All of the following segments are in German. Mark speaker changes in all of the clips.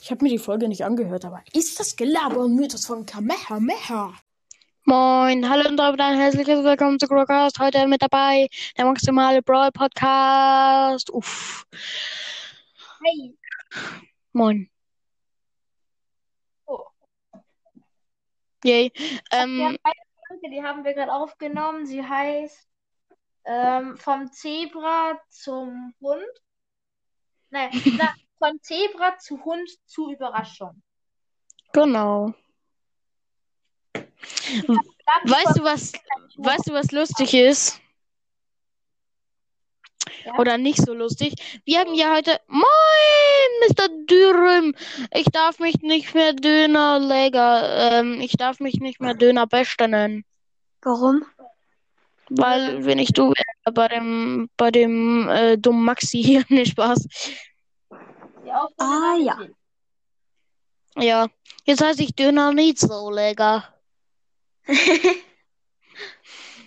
Speaker 1: Ich habe mir die Folge nicht angehört, aber ist das Gelaber und Mythos von Kamehameha?
Speaker 2: Moin, hallo und damit ein herzliches Willkommen zu Growcast. Heute mit dabei der maximale Brawl Podcast. Uff.
Speaker 3: Hi.
Speaker 2: Moin.
Speaker 3: Oh.
Speaker 2: Yay.
Speaker 3: Wir
Speaker 2: Ähm,
Speaker 3: haben eine Folge, die haben wir gerade aufgenommen. Sie heißt ähm, Vom Zebra zum Hund. Nein, na, von Zebra zu Hund zu Überraschung.
Speaker 2: genau.
Speaker 3: Dann
Speaker 2: Weißt du, was, weißt du, was lustig ist?
Speaker 3: Ja.
Speaker 2: Oder nicht so lustig? Wir haben ja heute. Moin, Mr. Dürüm! Ich darf mich nicht mehr Dönerleger. Ähm, ich darf mich nicht mehr Dönerbester nennen.
Speaker 3: Warum?
Speaker 2: Weil, wenn ich du wär, bei dem, bei dem äh, dummen Maxi hier, nicht Spaß.
Speaker 3: Ja,
Speaker 4: Ah, ja.
Speaker 2: Ja, jetzt heiße ich Döner nicht so lecker.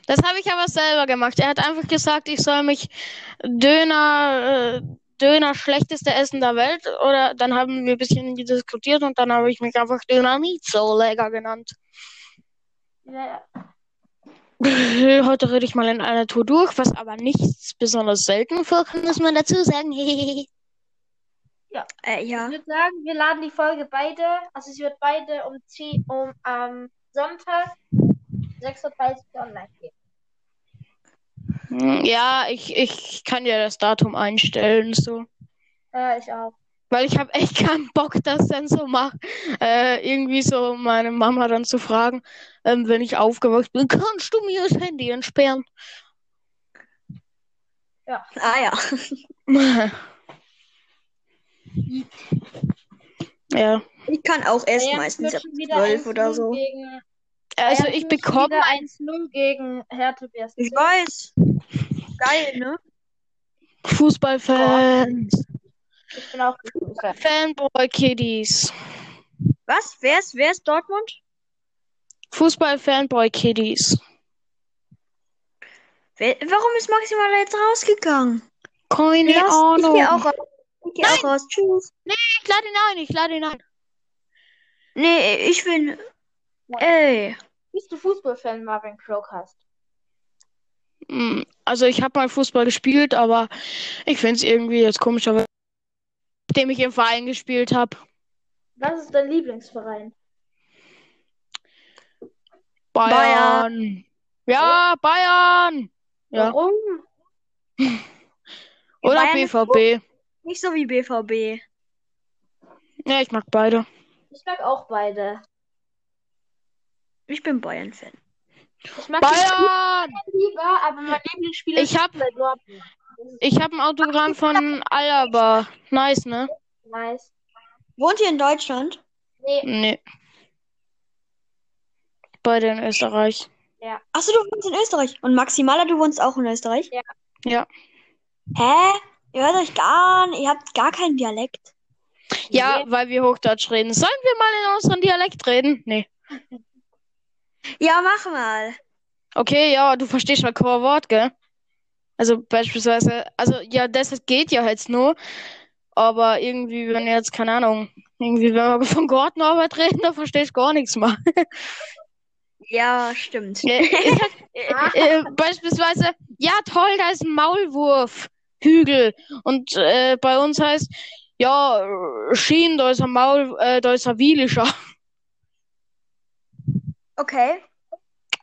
Speaker 2: Das habe ich aber selber gemacht. Er hat einfach gesagt, ich soll mich Döner, äh, Döner schlechteste Essen der Welt. Oder dann haben wir ein bisschen diskutiert und dann habe ich mich einfach Döner nicht so lecker genannt.
Speaker 3: ja.
Speaker 2: Heute rede ich mal in einer Tour durch, was aber nichts besonders selten vorkommt, muss man dazu sagen.
Speaker 4: Äh, ja.
Speaker 3: Ich würde sagen, wir laden die Folge beide. Also, sie wird beide um, 10, um am Sonntag 6.30 Uhr online gehen.
Speaker 2: ja, ich, ich kann ja das Datum einstellen, so.
Speaker 3: Ja, ich auch.
Speaker 2: Weil ich habe echt keinen Bock, das dann so mach, äh, irgendwie so meine Mama dann zu fragen, ähm, wenn ich aufgewacht bin, kannst du mir das Handy entsperren?
Speaker 4: Ah ja.
Speaker 2: ja.
Speaker 4: Ich kann auch erst
Speaker 3: Bayern
Speaker 4: meistens ab
Speaker 3: führt schon wieder
Speaker 4: 12 oder
Speaker 3: 1-0
Speaker 4: so.
Speaker 3: Gegen,
Speaker 2: Also
Speaker 3: Bayern
Speaker 2: ich
Speaker 3: führt schon
Speaker 2: bekomme
Speaker 3: wieder
Speaker 2: ein
Speaker 3: 1-0 gegen Hertha BSC.
Speaker 4: Ich weiß. Geil, ne?
Speaker 2: Fußballfan.
Speaker 3: Ich bin auch Fußballfan.
Speaker 2: Fanboy-Kiddies.
Speaker 4: Was? Wer ist, wer ist Dortmund?
Speaker 2: Fußball-Fanboy-Kiddies.
Speaker 4: Wer, warum ist Maximal jetzt rausgegangen?
Speaker 2: Keine
Speaker 4: Lass- ich
Speaker 2: Ahnung.
Speaker 4: geh auch raus. Ich geh auch raus. Tschüss.
Speaker 2: Ich lade ihn ein, ich lade ihn ein.
Speaker 4: Nee, ich bin. Ey.
Speaker 3: Bist du Fußballfan, Marvin Crowcast?
Speaker 2: Mm, Also ich habe mal Fußball gespielt, aber ich finde es irgendwie jetzt komischer, nachdem ich im Verein gespielt habe.
Speaker 3: Was ist dein Lieblingsverein?
Speaker 2: Bayern. Ja, Bayern. Ja.
Speaker 3: Warum?
Speaker 2: Oder
Speaker 4: Bayern ist
Speaker 2: BVB.
Speaker 4: Nicht so wie BVB.
Speaker 2: Ja, ich mag beide.
Speaker 3: Ich mag auch beide.
Speaker 4: Ich bin Bayern-Fan.
Speaker 3: Ich mag
Speaker 2: Bayern!
Speaker 3: die lieber, aber mein Lieblingsspieler
Speaker 2: Ich hab,
Speaker 3: bei Dortmund. Das ist
Speaker 2: ich hab ein Autogramm von Alaba. Nice, ne?
Speaker 3: nice.
Speaker 4: Wohnt ihr in Deutschland?
Speaker 3: Nee,
Speaker 2: Nee. Beide in Österreich.
Speaker 4: Achso, du wohnst in Österreich. Und Maximala, du wohnst auch in Österreich?
Speaker 3: Ja.
Speaker 2: Ja.
Speaker 4: Hä? Ihr hört euch gar nicht. Ihr habt gar keinen Dialekt.
Speaker 2: Ja, weil wir Hochdeutsch reden. Sollen wir mal in unserem Dialekt reden? Nee.
Speaker 4: Ja, mach mal.
Speaker 2: Okay, ja, du verstehst halt kein Wort, gell? Also beispielsweise, also ja, das geht ja jetzt nur, aber irgendwie, wenn jetzt, keine Ahnung, irgendwie, wenn wir von Gordon Norbert reden, da verstehst du gar nichts mehr.
Speaker 4: Ja, stimmt.
Speaker 2: Ja, ist halt, äh, äh, beispielsweise, ja toll, da ist ein Maulwurf, Hügel. Und äh, bei uns heißt, ja, äh, Schien, da ist ein Maul, äh, da ist ein Wielischer.
Speaker 4: Okay.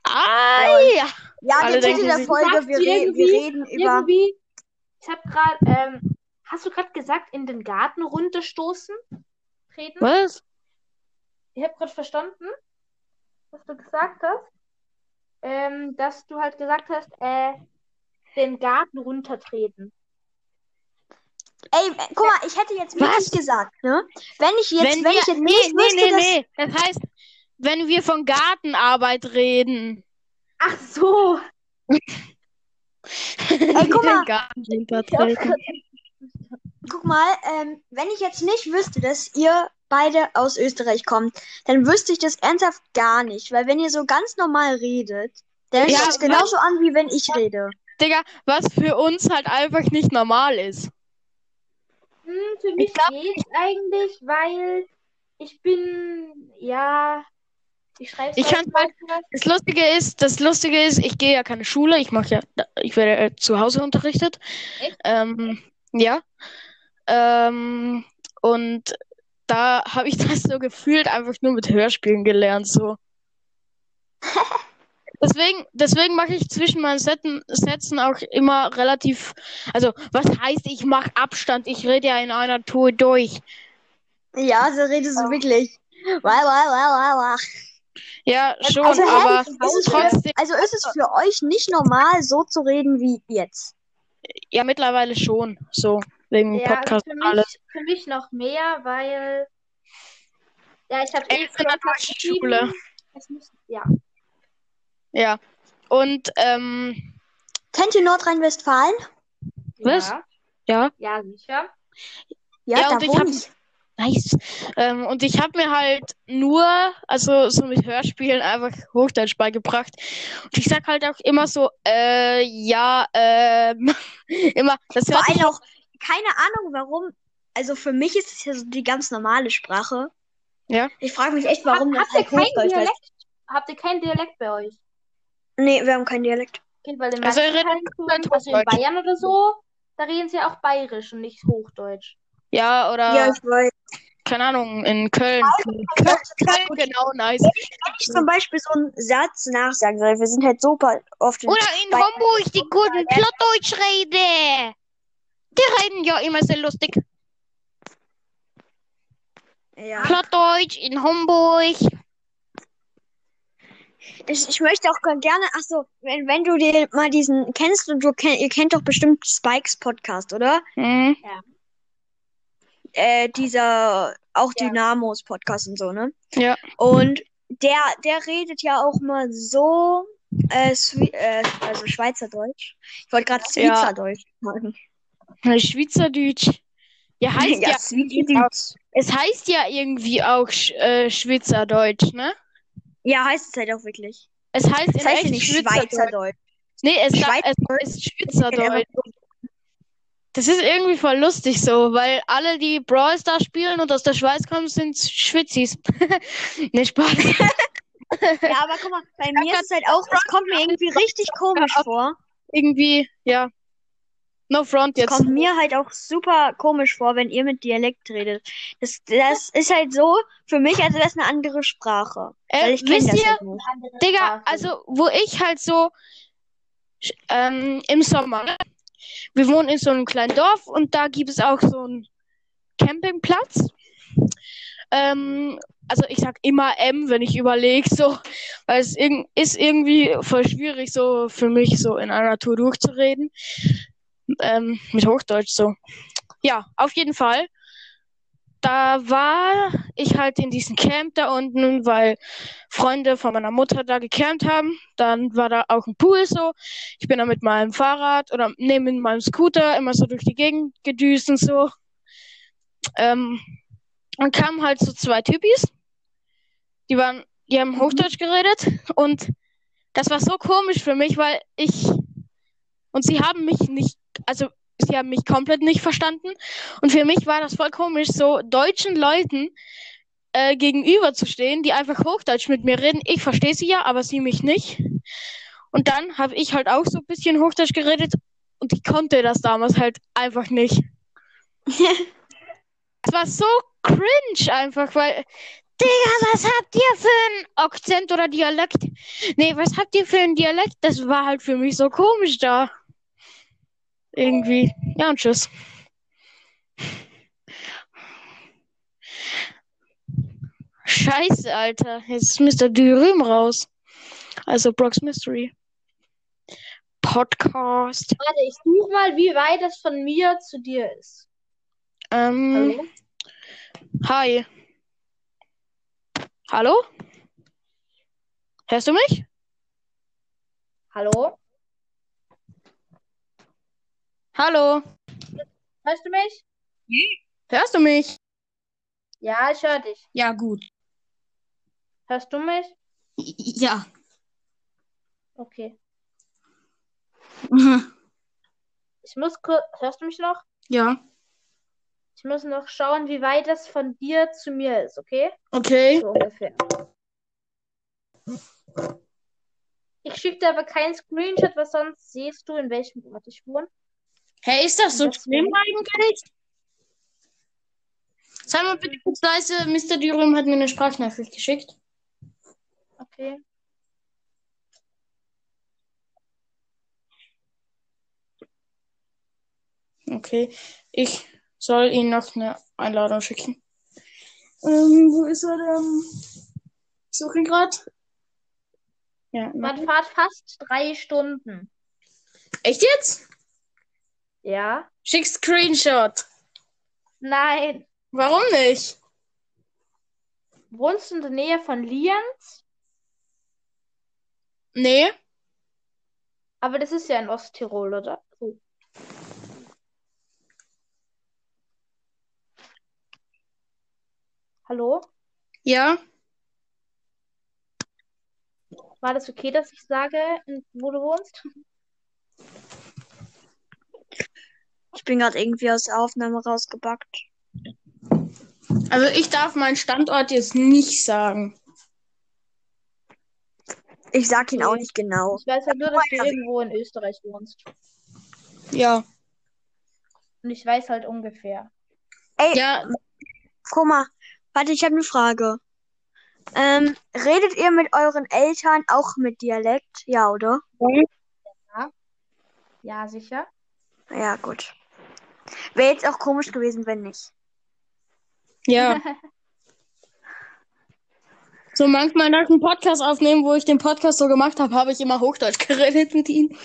Speaker 2: Ah, ja.
Speaker 4: Ja,
Speaker 2: Alle
Speaker 4: der Titel
Speaker 2: denken
Speaker 4: der
Speaker 2: sich-
Speaker 4: Folge,
Speaker 3: Sagst
Speaker 4: wir,
Speaker 3: du
Speaker 4: re
Speaker 3: irgendwie-
Speaker 4: wir reden über.
Speaker 3: irgendwie. Ich hab grad, ähm, hast du gerade gesagt, in den Garten runterstoßen? Treten?
Speaker 2: Was?
Speaker 3: Ich habe gerade verstanden, was du gesagt hast. Ähm, dass du halt gesagt hast, äh, den Garten runtertreten.
Speaker 4: Ey, äh, guck mal, ich hätte jetzt
Speaker 2: Was?
Speaker 4: Milch gesagt, ne? Wenn ich jetzt, wenn,
Speaker 2: wir,
Speaker 4: ich jetzt
Speaker 2: nee,
Speaker 4: Milch
Speaker 2: nee,
Speaker 4: wüsste,
Speaker 2: nee,
Speaker 4: dass.
Speaker 2: nee. Das heißt, wenn wir von Gartenarbeit reden.
Speaker 3: Ach so.
Speaker 4: Ey, guck
Speaker 2: Den
Speaker 4: mal.
Speaker 2: Garten
Speaker 3: Ich hab
Speaker 2: runtertreten.
Speaker 3: grad-
Speaker 4: Guck mal, ähm, wenn ich jetzt nicht wüsste, dass ihr beide aus Österreich kommt, dann wüsste ich das ernsthaft gar nicht. Weil wenn ihr so ganz normal redet, dann hört
Speaker 2: Ja,
Speaker 4: sich das genauso an, wie wenn ich rede.
Speaker 2: Digga, was für uns halt einfach nicht normal ist.
Speaker 3: Hm, für mich
Speaker 2: glaub-
Speaker 3: geht's eigentlich, weil ich bin, ja, ich schreibe
Speaker 2: Ich kann's mal- Das Lustige ist, das Lustige ist, ich gehe ja keine Schule, ich mache ja, ich werde äh, zu Hause unterrichtet.
Speaker 3: Echt?
Speaker 2: Ähm, ja. Ähm, und da habe ich das so gefühlt einfach nur mit Hörspielen gelernt, so. Deswegen, deswegen mache ich zwischen meinen Setten, Sätzen auch immer relativ, also was heißt, ich mache Abstand, ich rede ja in einer Tour durch.
Speaker 4: Ja, so redest du wirklich. Wah, wah, wah, wah, wah.
Speaker 2: Ja, schon,
Speaker 4: Also, hä?
Speaker 2: aber
Speaker 4: Ist es
Speaker 2: trotzdem,
Speaker 4: für, also ist es für euch nicht normal, so zu reden wie jetzt?
Speaker 2: ja, mittlerweile schon, so, wegen
Speaker 3: Ja, also
Speaker 2: Podcast
Speaker 3: für
Speaker 2: und
Speaker 3: mich,
Speaker 2: alles.
Speaker 3: für mich noch mehr, weil ja, ich habe
Speaker 2: Ey,
Speaker 3: eh
Speaker 2: ich bin an der Schule.
Speaker 3: Es muss, ja.
Speaker 2: Ja. Und ähm,
Speaker 4: Kennt ihr Nordrhein-Westfalen?
Speaker 2: Was?
Speaker 3: Ja,
Speaker 2: ja,
Speaker 3: ja, sicher.
Speaker 4: Ja,
Speaker 2: Ja,
Speaker 4: da
Speaker 2: und ich
Speaker 4: wohne
Speaker 2: hab-
Speaker 4: ich.
Speaker 2: nice. Ähm, und ich habe mir halt nur, also so mit Hörspielen einfach Hochdeutsch beigebracht. Und ich sag halt auch immer so, äh, ja, ähm, immer, das
Speaker 4: Vor
Speaker 2: hört sich
Speaker 4: allem auch, keine Ahnung warum. Also für mich ist es ja so die ganz normale Sprache.
Speaker 2: Ja.
Speaker 4: Ich frage mich echt, warum
Speaker 3: Hab- habt
Speaker 4: das
Speaker 3: ihr
Speaker 4: halt
Speaker 3: keinen
Speaker 4: Hochdeutsch heißt.
Speaker 3: Dialekt? Habt ihr keinen Dialekt bei euch?
Speaker 4: Nee, wir haben keinen Dialekt.
Speaker 3: Okay, weil in
Speaker 2: Also ihr
Speaker 3: manchen
Speaker 2: redet
Speaker 3: Teilen,
Speaker 2: komplett
Speaker 3: also in
Speaker 2: Hochdeutsch.
Speaker 3: Bayern oder so, da reden sie ja auch Bayerisch und nicht Hochdeutsch.
Speaker 2: ja, oder
Speaker 4: Ja, ich weiß.
Speaker 2: keine Ahnung, in Köln. Köln, Köln, Köln genau, nice.
Speaker 4: Wenn ich zum Beispiel so einen Satz nachsagen soll, wir sind halt super oft in
Speaker 2: Oder in Hamburg, die guten Plattdeutsch rede. Die reden ja immer sehr lustig.
Speaker 4: ja.
Speaker 2: Plattdeutsch in Hamburg.
Speaker 4: Ich, ich möchte auch gerne, ach so, wenn, wenn du dir mal diesen kennst und du kenn, ihr kennt doch bestimmt Spikes Podcast, oder? Hm.
Speaker 2: Mhm.
Speaker 4: Äh, dieser auch
Speaker 3: Ja.
Speaker 4: Dynamos Podcast und so, ne?
Speaker 2: Ja.
Speaker 4: Und der der redet ja auch mal so äh, Swi- äh also Schweizerdeutsch. Ich wollte gerade
Speaker 2: Ja.
Speaker 4: Schweizerdeutsch sagen.
Speaker 2: Schweizerdeutsch. Ja, heißt ja,
Speaker 4: Schweizerdeutsch.
Speaker 2: es heißt ja irgendwie auch Sch äh, Schweizerdeutsch, ne?
Speaker 4: Ja, heißt es halt auch wirklich.
Speaker 2: Es heißt
Speaker 4: Das
Speaker 2: in
Speaker 4: heißt ja
Speaker 2: echt
Speaker 4: nicht
Speaker 2: Schweizerdeutsch.
Speaker 4: Schweizerdeutsch.
Speaker 2: Nee, es, sa-
Speaker 4: Schweizerdeutsch. Genau.
Speaker 2: es ist Schweizerdeutsch. Das ist irgendwie voll lustig so, weil alle, die Brawl Stars spielen und aus der Schweiz kommen, sind Schwitzis. ne, Spaß.
Speaker 4: Ja, aber guck mal, bei mir ist es halt auch, es kommt mir irgendwie richtig komisch vor.
Speaker 2: irgendwie, ja. No front
Speaker 4: Es
Speaker 2: jetzt.
Speaker 4: kommt mir halt auch super komisch vor, wenn ihr mit Dialekt redet. Das, das ist halt so für mich, als wäre das eine andere Sprache. Weil
Speaker 2: Äh,
Speaker 4: ich kenne
Speaker 2: wisst
Speaker 4: das
Speaker 2: ihr,
Speaker 4: halt nicht.
Speaker 3: Andere
Speaker 2: Digga,
Speaker 3: Sprachen.
Speaker 2: also wo ich halt so sch- ähm, im Sommer, ne? wir wohnen in so einem kleinen Dorf und da gibt es auch so einen Campingplatz. Ähm, also ich sag immer M, wenn ich überlege, so, weil es irg ist irgendwie voll schwierig, so für mich so in einer Tour durchzureden. Ähm, mit Hochdeutsch so. Ja, auf jeden Fall. Da war ich halt in diesem Camp da unten, weil Freunde von meiner Mutter da gecampt haben. Dann war da auch ein Pool so. Ich bin da mit meinem Fahrrad oder nee, mit meinem Scooter immer so durch die Gegend gedüst und so. Ähm, und kamen halt so zwei Typis. Die waren, die haben Hochdeutsch geredet und das war so komisch für mich, weil ich und sie haben mich nicht, also sie haben mich komplett nicht verstanden und für mich war das voll komisch, so deutschen Leuten äh, gegenüber zu stehen, die einfach Hochdeutsch mit mir reden. Ich verstehe sie ja, aber sie mich nicht. Und dann habe ich halt auch so ein bisschen Hochdeutsch geredet und ich konnte das damals halt einfach nicht. Es war so cringe einfach, weil, Digga, was habt ihr für einen Akzent oder Dialekt? Nee, was habt ihr für einen Dialekt? Das war halt für mich so komisch da. Irgendwie. Ja, und tschüss. Scheiße, Alter. Jetzt ist Mr. Dürüm raus. Also Brock's Mystery. Podcast.
Speaker 3: Warte, ich suche mal, wie weit das von mir zu dir ist.
Speaker 2: Ähm,
Speaker 3: Hallo?
Speaker 2: hi. Hallo? Hörst du mich?
Speaker 3: Hallo?
Speaker 2: Hallo?
Speaker 3: Hörst du mich?
Speaker 2: Hörst du mich?
Speaker 3: Ja, ich höre dich.
Speaker 2: Ja, gut.
Speaker 3: Hörst du mich?
Speaker 2: Ja.
Speaker 3: Okay. Ich muss kurz. Hörst du mich noch?
Speaker 2: Ja.
Speaker 3: Ich müssen noch schauen, wie weit das von dir zu mir ist, okay?
Speaker 1: Okay.
Speaker 3: So ungefähr. Ich schicke dir aber keinen Screenshot, weil sonst siehst du, in welchem Ort ich wohne.
Speaker 2: Hey, ist das so
Speaker 3: Das
Speaker 2: schlimm eigentlich? Sei mal bitte kurz leise, Mr. Dürüm hat mir eine Sprachnachricht geschickt.
Speaker 3: Okay.
Speaker 2: Okay, ich soll ihm noch eine Einladung schicken. Ähm, wo ist er denn? Ich suche ihn gerade. Ja,
Speaker 3: Man
Speaker 2: warte.
Speaker 3: fahrt fast drei Stunden.
Speaker 2: Echt jetzt?
Speaker 3: Ja?
Speaker 2: Schick Screenshot.
Speaker 3: Nein.
Speaker 2: Warum nicht?
Speaker 3: Wohnst du in der Nähe von Lian?
Speaker 2: Nee.
Speaker 3: Aber das ist ja in Osttirol, oder? Oh. Hallo?
Speaker 2: Ja.
Speaker 3: War das okay, dass ich sage, in- wo du wohnst?
Speaker 4: Ich bin gerade irgendwie aus der Aufnahme rausgebackt.
Speaker 2: Also ich darf meinen Standort jetzt nicht sagen.
Speaker 4: Ich sag ihn auch nicht genau.
Speaker 3: Ich weiß halt nur, dass du
Speaker 4: Ja.
Speaker 3: irgendwo in Österreich wohnst.
Speaker 2: Ja.
Speaker 3: Und ich weiß halt ungefähr.
Speaker 4: Ey,
Speaker 2: Ja,
Speaker 4: guck mal. Warte, ich habe eine Frage. Ähm, redet ihr mit euren Eltern auch mit Dialekt? Ja, oder?
Speaker 3: Ja, sicher.
Speaker 4: Ja, gut. Wäre jetzt auch komisch gewesen, wenn nicht.
Speaker 2: ja. So manchmal nach dem Podcast aufnehmen, wo ich den Podcast so gemacht habe, habe ich immer Hochdeutsch geredet mit ihnen.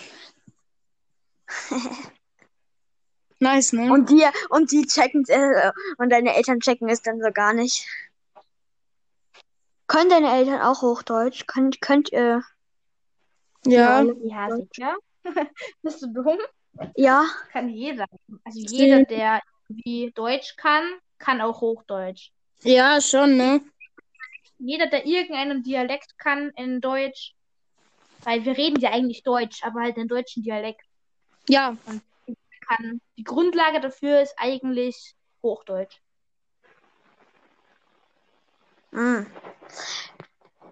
Speaker 2: Nice, ne?
Speaker 4: Und die, und die checken äh, und deine Eltern checken es dann so gar nicht. Können deine Eltern auch Hochdeutsch? Könnt, könnt ihr? genau.
Speaker 2: ja.
Speaker 3: Ja, sicher. Bist du dumm?
Speaker 4: Ja.
Speaker 3: Kann jeder. Also
Speaker 2: Stimmt.
Speaker 3: jeder, der irgendwie Deutsch kann, kann auch Hochdeutsch.
Speaker 2: Ja, schon, ne?
Speaker 3: Jeder, der irgendeinen Dialekt kann in Deutsch. Weil wir reden ja eigentlich Deutsch, aber halt den deutschen Dialekt
Speaker 2: Ja,
Speaker 3: kann. Die Grundlage dafür ist eigentlich Hochdeutsch.
Speaker 4: Mm.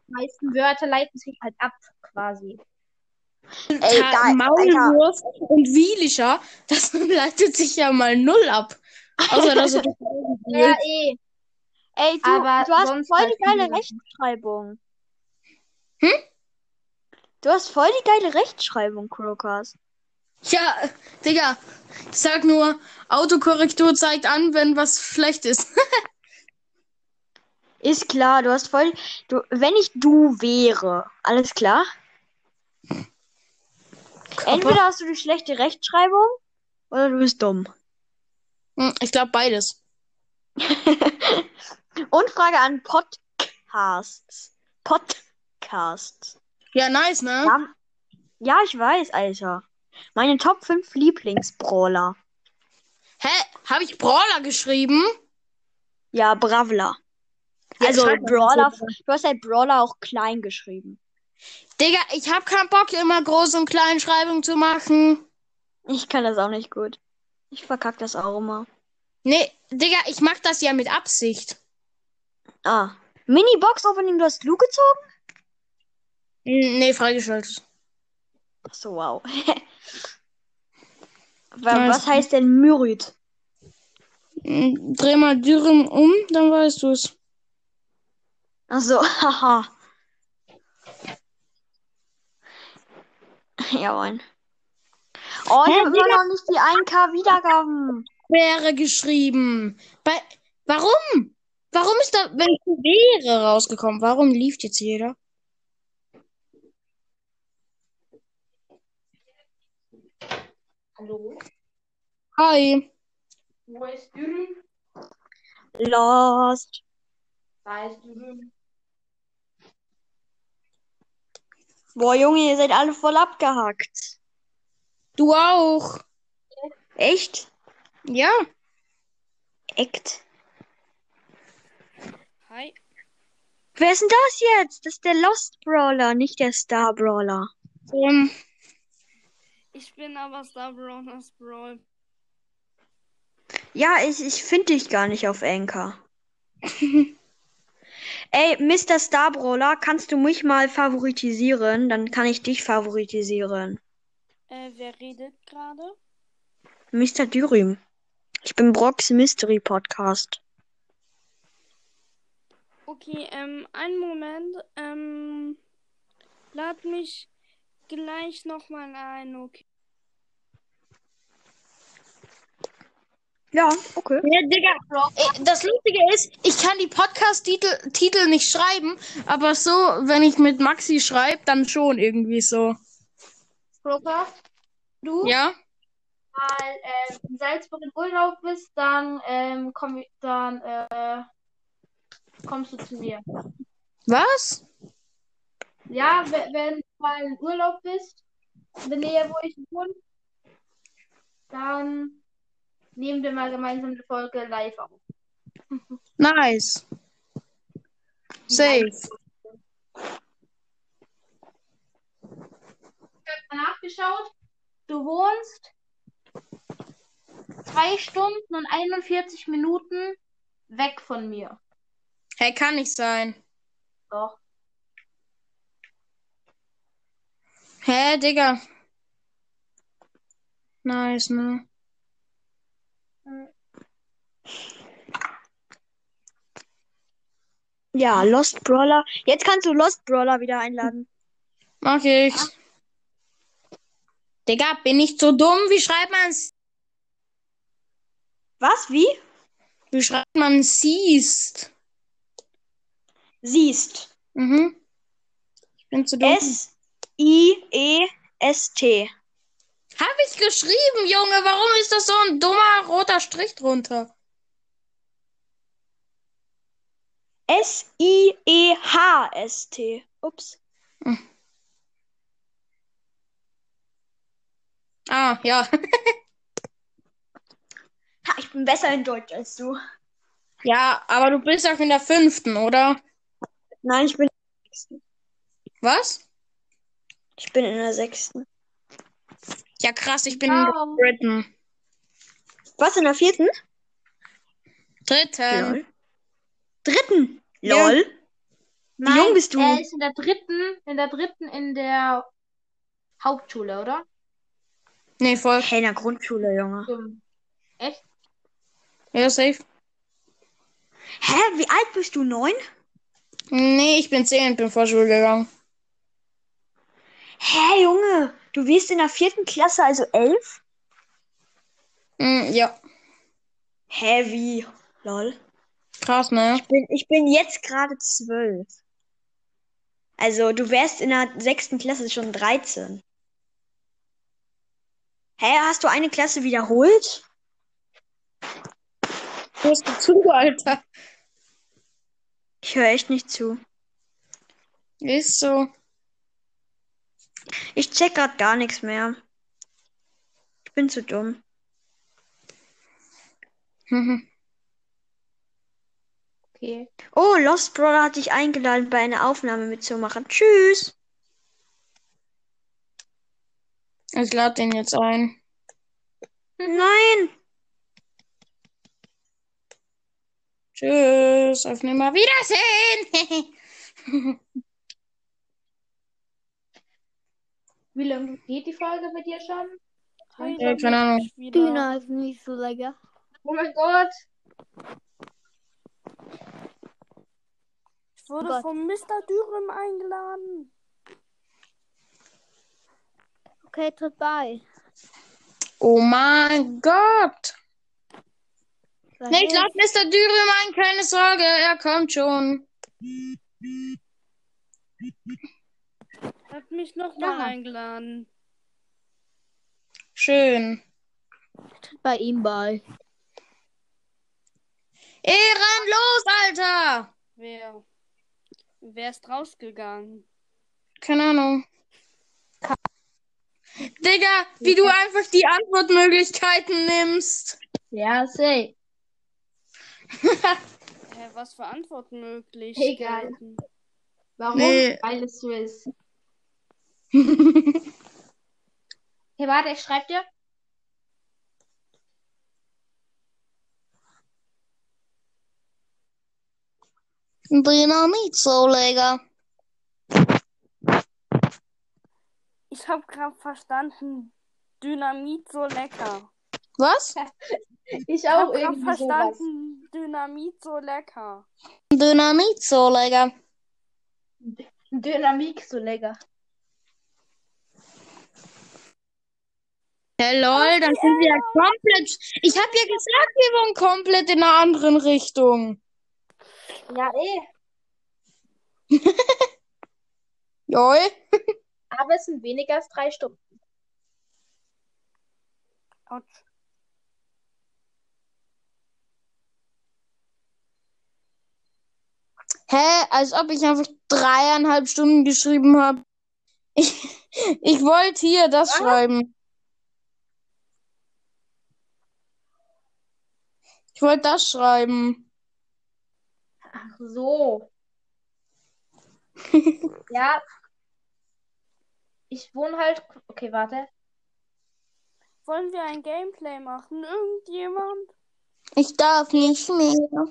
Speaker 3: Die meisten Wörter leiten sich halt ab, quasi.
Speaker 4: Ey,
Speaker 2: Ta-
Speaker 4: da, Alter.
Speaker 2: Maulwurf und Wielischer, das leitet sich ja mal null ab. Außer, dass du
Speaker 3: Ja, eh.
Speaker 4: Ey, du,
Speaker 3: Aber
Speaker 4: du hast
Speaker 3: sonst
Speaker 4: voll
Speaker 3: halt
Speaker 4: die geile
Speaker 3: viele.
Speaker 4: Rechtschreibung. Hm? Du hast voll die geile Rechtschreibung, Crocus.
Speaker 2: Ja, Digga, ich sag nur, Autokorrektur zeigt an, wenn was schlecht ist.
Speaker 4: Ist klar, du hast voll. Du, wenn ich du wäre, alles klar? Entweder hast du die schlechte Rechtschreibung oder du bist dumm.
Speaker 2: Hm, Ich glaube beides.
Speaker 4: Und Frage an Podcasts. Podcasts.
Speaker 2: Ja, nice, ne?
Speaker 4: Ja, ja ich weiß, Alter. Meine Top 5 Lieblingsbrawler.
Speaker 2: Hä? Habe ich Brawler geschrieben?
Speaker 4: Ja, Bravler.
Speaker 2: Ja,
Speaker 4: Also
Speaker 2: schreib mal
Speaker 4: Brawler,
Speaker 2: dazu.
Speaker 4: du hast halt Brawler auch klein geschrieben.
Speaker 2: Digga, ich hab keinen Bock, immer Groß- und Kleinschreibung zu machen.
Speaker 4: Ich kann das auch nicht gut. Ich verkack das auch immer.
Speaker 2: Nee, Digga, ich mach das ja mit Absicht.
Speaker 4: Ah. Mini-Box-Opening, du hast Lu gezogen?
Speaker 2: Hm, Nee, freigeschaltet.
Speaker 4: Achso, wow. Wa-
Speaker 2: Nice.
Speaker 4: Was heißt denn Myrid?
Speaker 2: Hm, Dreh mal Dürren um, dann weißt du's.
Speaker 4: Achso, haha. Ja, Mann. Oh, ich
Speaker 2: Hä,
Speaker 4: hab immer noch nicht die 1K Wiedergaben.
Speaker 2: wäre geschrieben. Bei, warum? Warum ist da, wenn ich wäre rausgekommen? Warum lief jetzt jeder?
Speaker 3: Hallo?
Speaker 2: Hi.
Speaker 3: Wo ist Dürüm?
Speaker 4: Lost.
Speaker 3: Da ist Dürüm.
Speaker 4: Boah, Junge, ihr seid alle voll abgehackt.
Speaker 2: Du auch.
Speaker 4: Echt?
Speaker 2: Ja.
Speaker 4: Echt?
Speaker 2: Hi.
Speaker 4: Wer ist denn das jetzt? Das ist der Lost Brawler, nicht der Star Brawler.
Speaker 2: Ähm,
Speaker 5: Ich bin aber Star Brawlers Brawl.
Speaker 4: Ja, ich, ich finde dich gar nicht auf Anchor. Ey, Mr. Starbrawler, kannst du mich mal favoritisieren? Dann kann ich dich favoritisieren.
Speaker 5: Äh, wer redet gerade?
Speaker 4: Mr. Dürim. Ich bin Brocks Mystery Podcast.
Speaker 5: Okay, ähm, einen Moment. Ähm, lad mich gleich nochmal ein, okay?
Speaker 4: Ja, okay.
Speaker 2: Ja, Digga. Äh, Das Lustige ist, ich kann die Podcast-Titel Titel nicht schreiben, aber so, wenn ich mit Maxi schreibe, dann schon irgendwie so.
Speaker 3: Broker, du
Speaker 2: Ja?
Speaker 3: mal äh, in Salzburg in Urlaub bist, dann, ähm, komm, ich- dann äh, kommst du zu mir.
Speaker 2: Was?
Speaker 3: Ja, we- wenn du mal in Urlaub bist, in der Nähe, wo ich wohne, dann nehmen wir mal gemeinsam eine Folge live auf.
Speaker 2: Nice. Safe.
Speaker 3: Ich habe nachgeschaut, du wohnst zwei Stunden und 41 Minuten weg von mir.
Speaker 2: Hey, kann nicht sein.
Speaker 3: Doch.
Speaker 2: Hä, Digga. Nice, ne?
Speaker 4: Ja, Lost Brawler. Jetzt kannst du Lost Brawler wieder einladen.
Speaker 2: Mach ich. Digga, bin ich so dumm? Wie schreibt man's?
Speaker 4: Was? Wie?
Speaker 2: Wie schreibt man siehst?
Speaker 4: Siehst.
Speaker 2: Mhm. Ich bin zu dumm.
Speaker 4: E S-I-E-S-T.
Speaker 2: Hab ich geschrieben, Junge. Warum ist das so ein dummer roter Strich drunter?
Speaker 4: E S-I-E-H-S-T. Ups.
Speaker 2: Hm. Ah, ja.
Speaker 4: Ha, ich bin besser in Deutsch als du.
Speaker 2: Ja, aber du bist auch in der fünften, oder?
Speaker 4: Nein, ich bin,
Speaker 2: Was?
Speaker 4: ich bin in der sechsten.
Speaker 2: Ja, krass, ich bin in der
Speaker 3: Ciao.
Speaker 2: dritten.
Speaker 4: Was, in der vierten?
Speaker 2: Dritten.
Speaker 4: Lol. Ähm, Dritten. äh,
Speaker 2: Ja.
Speaker 4: Lol. Wie jung bist du?
Speaker 3: Er ist in der dritten, in der dritten in der Hauptschule, oder?
Speaker 2: Nee, voll.
Speaker 4: Hey, in der Grundschule, Junge.
Speaker 3: Stimmt. Echt?
Speaker 2: Ja, safe.
Speaker 4: Hä, wie alt bist du? Neun?
Speaker 2: Nee, ich bin zehn und bin Vorschule gegangen.
Speaker 4: Hä, Junge. Du wirst in der vierten Klasse, also elf?
Speaker 2: Mm, ja,
Speaker 4: Hä, wie? Lol.
Speaker 2: krass, ne?
Speaker 4: Ich bin, ich bin jetzt gerade zwölf. Also, du wärst in der sechsten Klasse schon 13. Hä, hast du eine Klasse wiederholt?
Speaker 2: Hörst du zu, Alter?
Speaker 4: Ich höre echt nicht zu.
Speaker 2: Ist so.
Speaker 4: Ich check grad gar nichts mehr. Ich bin zu dumm.
Speaker 2: Mhm.
Speaker 3: Okay.
Speaker 4: Oh, Lost Brother hat dich eingeladen, bei einer Aufnahme mitzumachen. Tschüss.
Speaker 2: Ich lade den jetzt ein.
Speaker 4: Nein.
Speaker 2: Tschüss, auf nimmer Wiedersehen.
Speaker 3: Wie lange geht die Folge mit dir schon?
Speaker 2: Ja, keine Ahnung.
Speaker 5: Wieder.
Speaker 6: Döner ist nicht so lecker.
Speaker 3: Oh mein Gott.
Speaker 5: Ich wurde
Speaker 6: Gott.
Speaker 5: von Mr. Dürrem eingeladen.
Speaker 6: Okay, tritt bei.
Speaker 2: Oh mein Gott.
Speaker 6: Was
Speaker 2: Nee, ich
Speaker 6: ist?
Speaker 2: lade Mr. Dürüm ein, keine Sorge, er kommt schon.
Speaker 5: Hat mich nochmal
Speaker 3: Ja.
Speaker 5: eingeladen.
Speaker 2: Schön.
Speaker 6: tritt bei ihm bei.
Speaker 2: Ehrenlos, Alter.
Speaker 5: Wer? Wer ist rausgegangen?
Speaker 2: Keine Ahnung. Digga, wie du einfach die Antwortmöglichkeiten nimmst.
Speaker 3: Ja, safe.
Speaker 5: Hä, was für Antworten möglich?
Speaker 3: Egal. Warum?
Speaker 2: Nee.
Speaker 3: Weil es so ist. Hey, warte, ich schreib dir.
Speaker 7: Den auch nicht so lecker.
Speaker 5: Ich habe gerade verstanden, Dynamit so lecker.
Speaker 7: Was?
Speaker 3: Ich
Speaker 5: Ich
Speaker 3: auch
Speaker 5: habe gerade
Speaker 3: irgendwie sowas.
Speaker 5: verstanden, Dynamit so lecker.
Speaker 7: Döner nicht so lecker.
Speaker 3: Dynamik so lecker.
Speaker 7: Ja, lol, dann sind wir ja komplett. Ich habe ja gesagt, wir waren komplett in einer anderen Richtung.
Speaker 3: Ja, eh.
Speaker 7: Lol.
Speaker 3: Aber es sind weniger als drei Stunden.
Speaker 5: Autsch.
Speaker 7: Hä, als ob ich einfach dreieinhalb Stunden geschrieben habe. Ich, ich wollte hier das schreiben. Ich wollte das schreiben.
Speaker 3: Ach so. ja. Ich wohne halt. Okay, warte.
Speaker 5: Wollen wir ein Gameplay machen? Irgendjemand?
Speaker 7: Ich darf nicht mehr.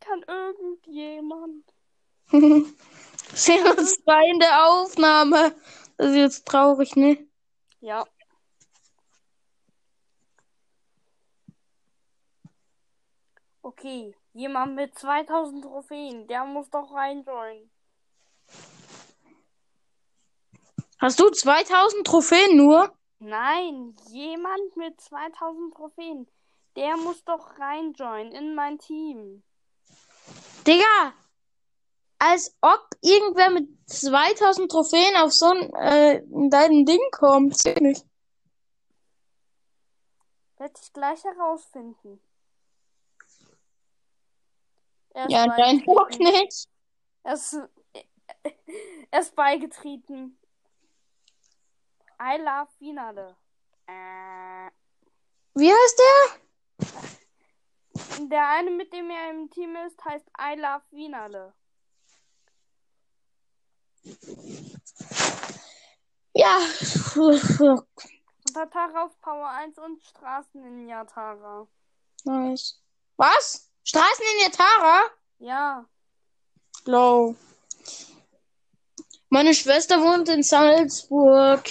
Speaker 5: Kann irgendjemand?
Speaker 7: Sehen uns zwei in der Aufnahme. Das ist jetzt traurig, ne?
Speaker 5: Ja. Okay, jemand mit 2000 Trophäen, der muss doch reinjoinen.
Speaker 7: Hast du 2000 Trophäen nur?
Speaker 5: Nein, jemand mit 2000 Trophäen, der muss doch reinjoinen in mein Team.
Speaker 7: Digga! Als ob irgendwer mit 2000 Trophäen auf so ein äh, dein Ding kommt. Zählt nicht.
Speaker 5: Werd ich gleich herausfinden. Er ist
Speaker 7: Ja, dein
Speaker 5: beigetreten.
Speaker 7: Bock nicht.
Speaker 5: Er ist, er ist beigetreten. I love Finale. Äh,
Speaker 7: Wie heißt der?
Speaker 5: der eine, mit dem er im Team ist, heißt I love Finale.
Speaker 7: Ja.
Speaker 5: Tatara auf Power 1 und Straßen in Yatara.
Speaker 7: nice. Was? Straßen in Yatara?
Speaker 5: Ja,
Speaker 7: Low. Meine Schwester wohnt in Salzburg.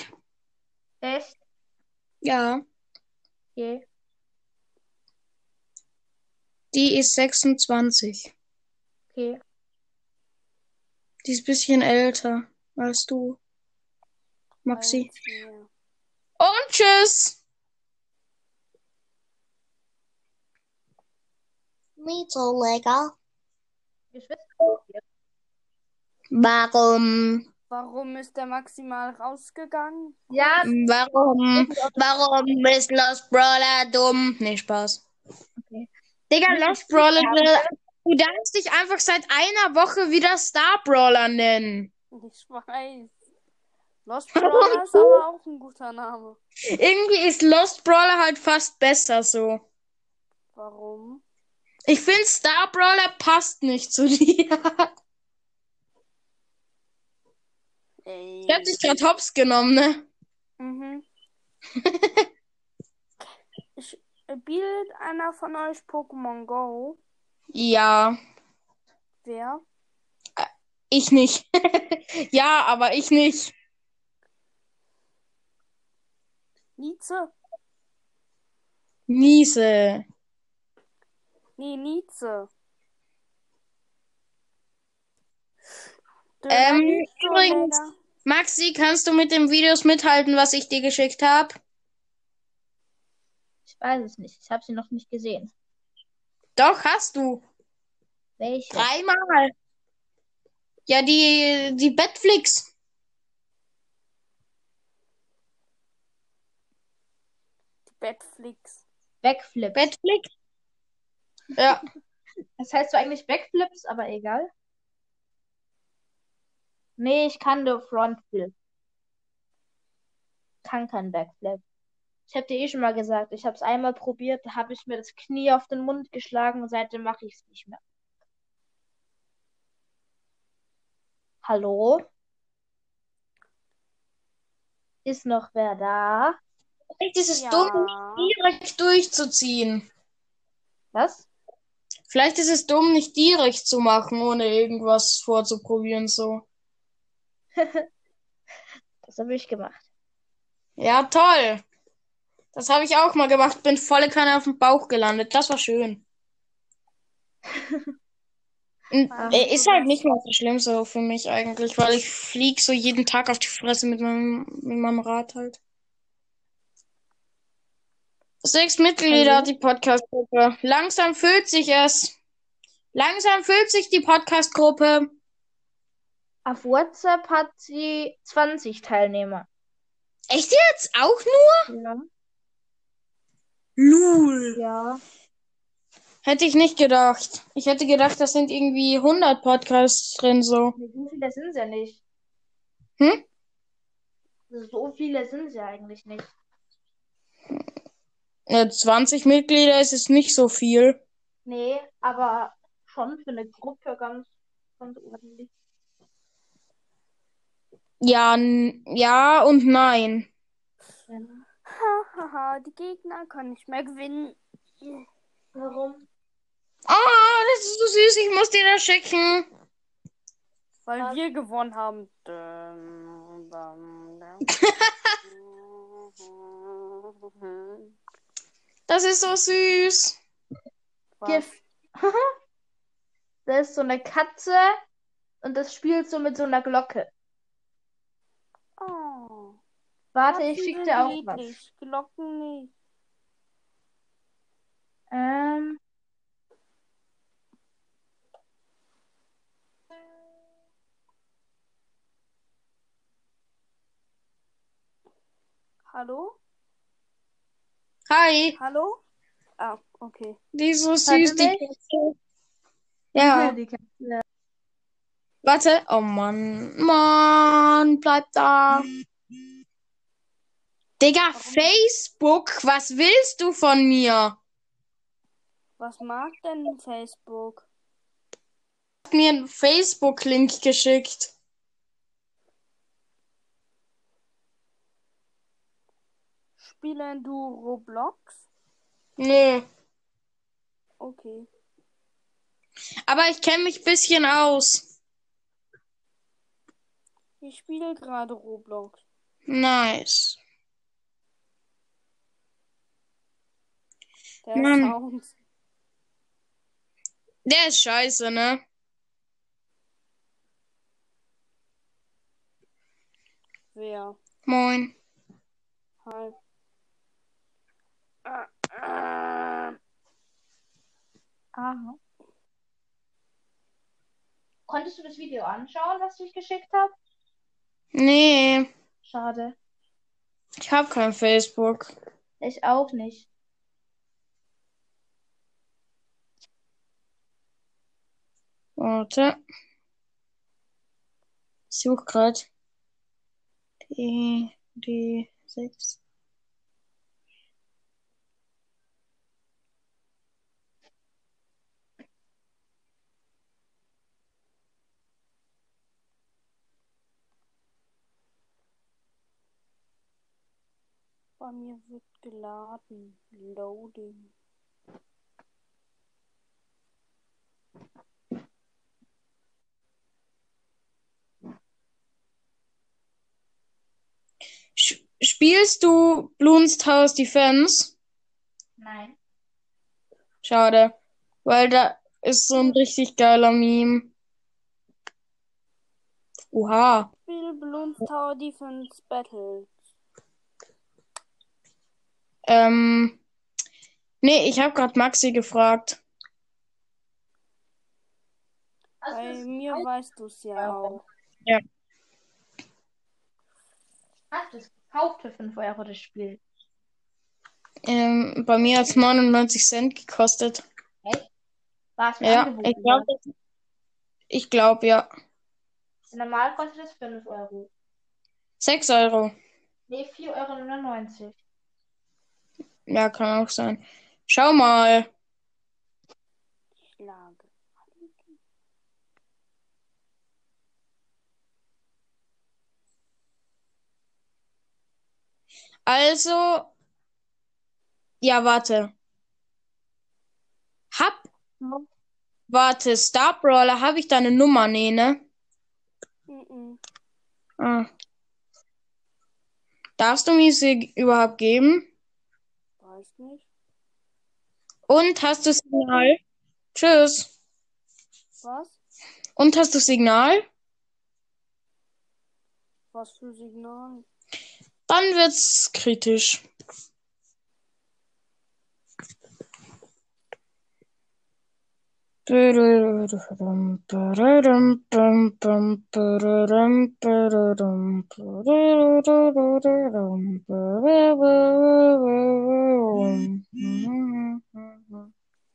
Speaker 3: Echt?
Speaker 7: Ja.
Speaker 3: Je.
Speaker 7: Die ist 26.
Speaker 3: Okay.
Speaker 7: Die ist ein bisschen älter als du. Maxi.
Speaker 5: als wir.
Speaker 7: Äh. Und tschüss. Nicht so lecker.
Speaker 3: Geschwister.
Speaker 7: Warum?
Speaker 5: Warum ist der maximal rausgegangen?
Speaker 3: Ja,
Speaker 7: Warum? Warum ist Lost Brawler dumm? Nee, Spaß. Digga, Lost Brawler, du darfst dich einfach seit einer Woche wieder Star Brawler nennen.
Speaker 5: Ich weiß. Lost Brother ist aber auch ein guter Name.
Speaker 7: Irgendwie ist Lost Brawler halt fast besser so.
Speaker 5: Warum?
Speaker 7: Ich finde, Star Brawler passt nicht zu dir.
Speaker 5: Ey.
Speaker 7: Ich hab dich gerade hops genommen, ne?
Speaker 5: Mhm. ich, spielt einer von euch Pokémon Go?
Speaker 7: Ja,
Speaker 5: Wer?
Speaker 7: ich nicht. ja, aber ich nicht.
Speaker 5: Nietzsche?
Speaker 7: Niese.
Speaker 5: Nee, Nietzsche.
Speaker 7: Ähm,
Speaker 5: Dynamit, so
Speaker 7: übrigens-
Speaker 5: lecker.
Speaker 7: Maxi, kannst du mit den Videos mithalten, was ich dir geschickt habe?
Speaker 3: ich weiß es nicht. Ich habe sie noch nicht gesehen.
Speaker 7: Doch, hast du.
Speaker 3: Welche?
Speaker 7: Dreimal. Ja, die, die Bettflix.
Speaker 5: Batflix.
Speaker 3: Backflips.
Speaker 7: Bettflix. Ja.
Speaker 3: Das heißt zwar eigentlich Backflips, aber egal. Nee, ich kann nur Frontflip. Kann kein Backflip. Ich habe dir eh schon mal gesagt, ich habe es einmal probiert, da habe ich mir das Knie auf den Mund geschlagen und seitdem mache ich es nicht mehr. Hallo? Ist noch wer da?
Speaker 7: Echt, dieses
Speaker 5: Ja.
Speaker 7: dumm, direkt durchzuziehen.
Speaker 3: Was?
Speaker 2: Vielleicht ist es dumm, nicht direkt zu machen, ohne irgendwas vorzuprobieren, so.
Speaker 7: Das habe ich gemacht.
Speaker 2: Ja, toll. Das habe ich auch mal gemacht. Bin volle Kanne auf dem Bauch gelandet. Das war schön. N-
Speaker 7: Ah,
Speaker 2: äh, Ist halt nicht mehr so schlimm so für mich eigentlich, weil ich flieg so jeden Tag auf die Fresse mit meinem, mit meinem Rad halt. Sechs Mitglieder hat die Podcast-Gruppe. Langsam füllt sich es. Langsam füllt sich die Podcast-Gruppe.
Speaker 7: Auf WhatsApp hat sie 20 Teilnehmer.
Speaker 2: Echt jetzt? Auch nur? Lul.
Speaker 6: Ja.
Speaker 2: Hätte ich nicht gedacht. Ich hätte gedacht, das sind irgendwie 100 Podcasts drin so.
Speaker 3: So viele sind ja nicht. Also
Speaker 2: Hm?
Speaker 3: So viele sind ja eigentlich nicht.
Speaker 2: Äh, 20 Mitglieder ist es nicht so viel.
Speaker 3: Nee, aber schon für eine Gruppe ganz, ganz ordentlich.
Speaker 2: Ja, n- ja und nein.
Speaker 5: Hahaha, die Gegner können nicht mehr gewinnen.
Speaker 3: Warum?
Speaker 2: Oh, das ist so süß, ich muss dir das schicken.
Speaker 5: Weil wir gewonnen haben. Dum, dum, dum.
Speaker 2: Das ist so süß.
Speaker 3: Gift. da ist so eine Katze und das spielt so mit so einer Glocke.
Speaker 5: Oh,
Speaker 3: Warte, ich
Speaker 5: Katzen
Speaker 3: schicke
Speaker 5: sind
Speaker 3: dir auch was.
Speaker 5: niedlich, Glocken nicht.
Speaker 3: Ähm.
Speaker 5: Hallo?
Speaker 2: Hi,
Speaker 5: Hallo? Ah, okay.
Speaker 2: die ist so
Speaker 3: Warte
Speaker 2: süß, die
Speaker 3: mich.
Speaker 2: Katze. Ja,
Speaker 3: Die Katze.
Speaker 2: warte. Oh Mann, Mann, bleib da. Digga, Facebook, was willst du von mir?
Speaker 5: Was mag denn Facebook?
Speaker 2: Hat mir einen Facebook-Link geschickt.
Speaker 5: Spielen du Roblox?
Speaker 2: Nee,
Speaker 5: Okay.
Speaker 2: aber ich kenne mich ein bisschen aus.
Speaker 5: Ich spiele gerade Roblox.
Speaker 2: Nice.
Speaker 5: Der
Speaker 2: Mann.
Speaker 5: Sound.
Speaker 2: Der ist scheiße, ne?
Speaker 5: Wer?
Speaker 2: Moin.
Speaker 5: Hi. Ah, ah.
Speaker 3: Aha. Konntest du das Video anschauen, was ich geschickt habe?
Speaker 2: Nee,
Speaker 3: Schade.
Speaker 2: ich hab kein Facebook.
Speaker 3: Ich auch nicht.
Speaker 2: Warte. Ich such grad. D, D, 6.
Speaker 5: Bei mir wird geladen. Loading.
Speaker 2: Sch spielst du Bloons Defense?
Speaker 3: Nein.
Speaker 2: Schade. Weil da ist so ein richtig geiler Meme. Oha.
Speaker 5: Spiel Balloons Tower Defense Battle.
Speaker 2: Ähm. Nee, ich hab grad Maxi gefragt.
Speaker 3: Also
Speaker 5: Bei
Speaker 3: das-
Speaker 5: mir weißt du es ja auch.
Speaker 3: hast du es gekauft für 5 Euro das Spiel?
Speaker 2: Ähm, bei mir hat's 99 Cent gekostet.
Speaker 3: War es mir
Speaker 2: Ja,
Speaker 3: angeboten
Speaker 2: ich glaube.
Speaker 3: worden?
Speaker 2: Ich glaube, ja.
Speaker 3: Normal kostet es 5 Euro.
Speaker 2: 6 Euro.
Speaker 3: Nee, 4,99 Euro.
Speaker 2: Ja, kann auch sein. Schau mal.
Speaker 5: Schlage.
Speaker 2: Also, ja, warte. Hab Warte, Starbrawler, habe ich deine Nummer? Nee, ne?
Speaker 5: Mhm.
Speaker 2: Ah. Darfst du mir sie überhaupt geben?
Speaker 5: Weiß nicht.
Speaker 2: Und hast du Signal? Tschüss.
Speaker 5: Was?
Speaker 2: Und hast du Signal?
Speaker 5: Was für Signal?
Speaker 2: Dann wird's kritisch.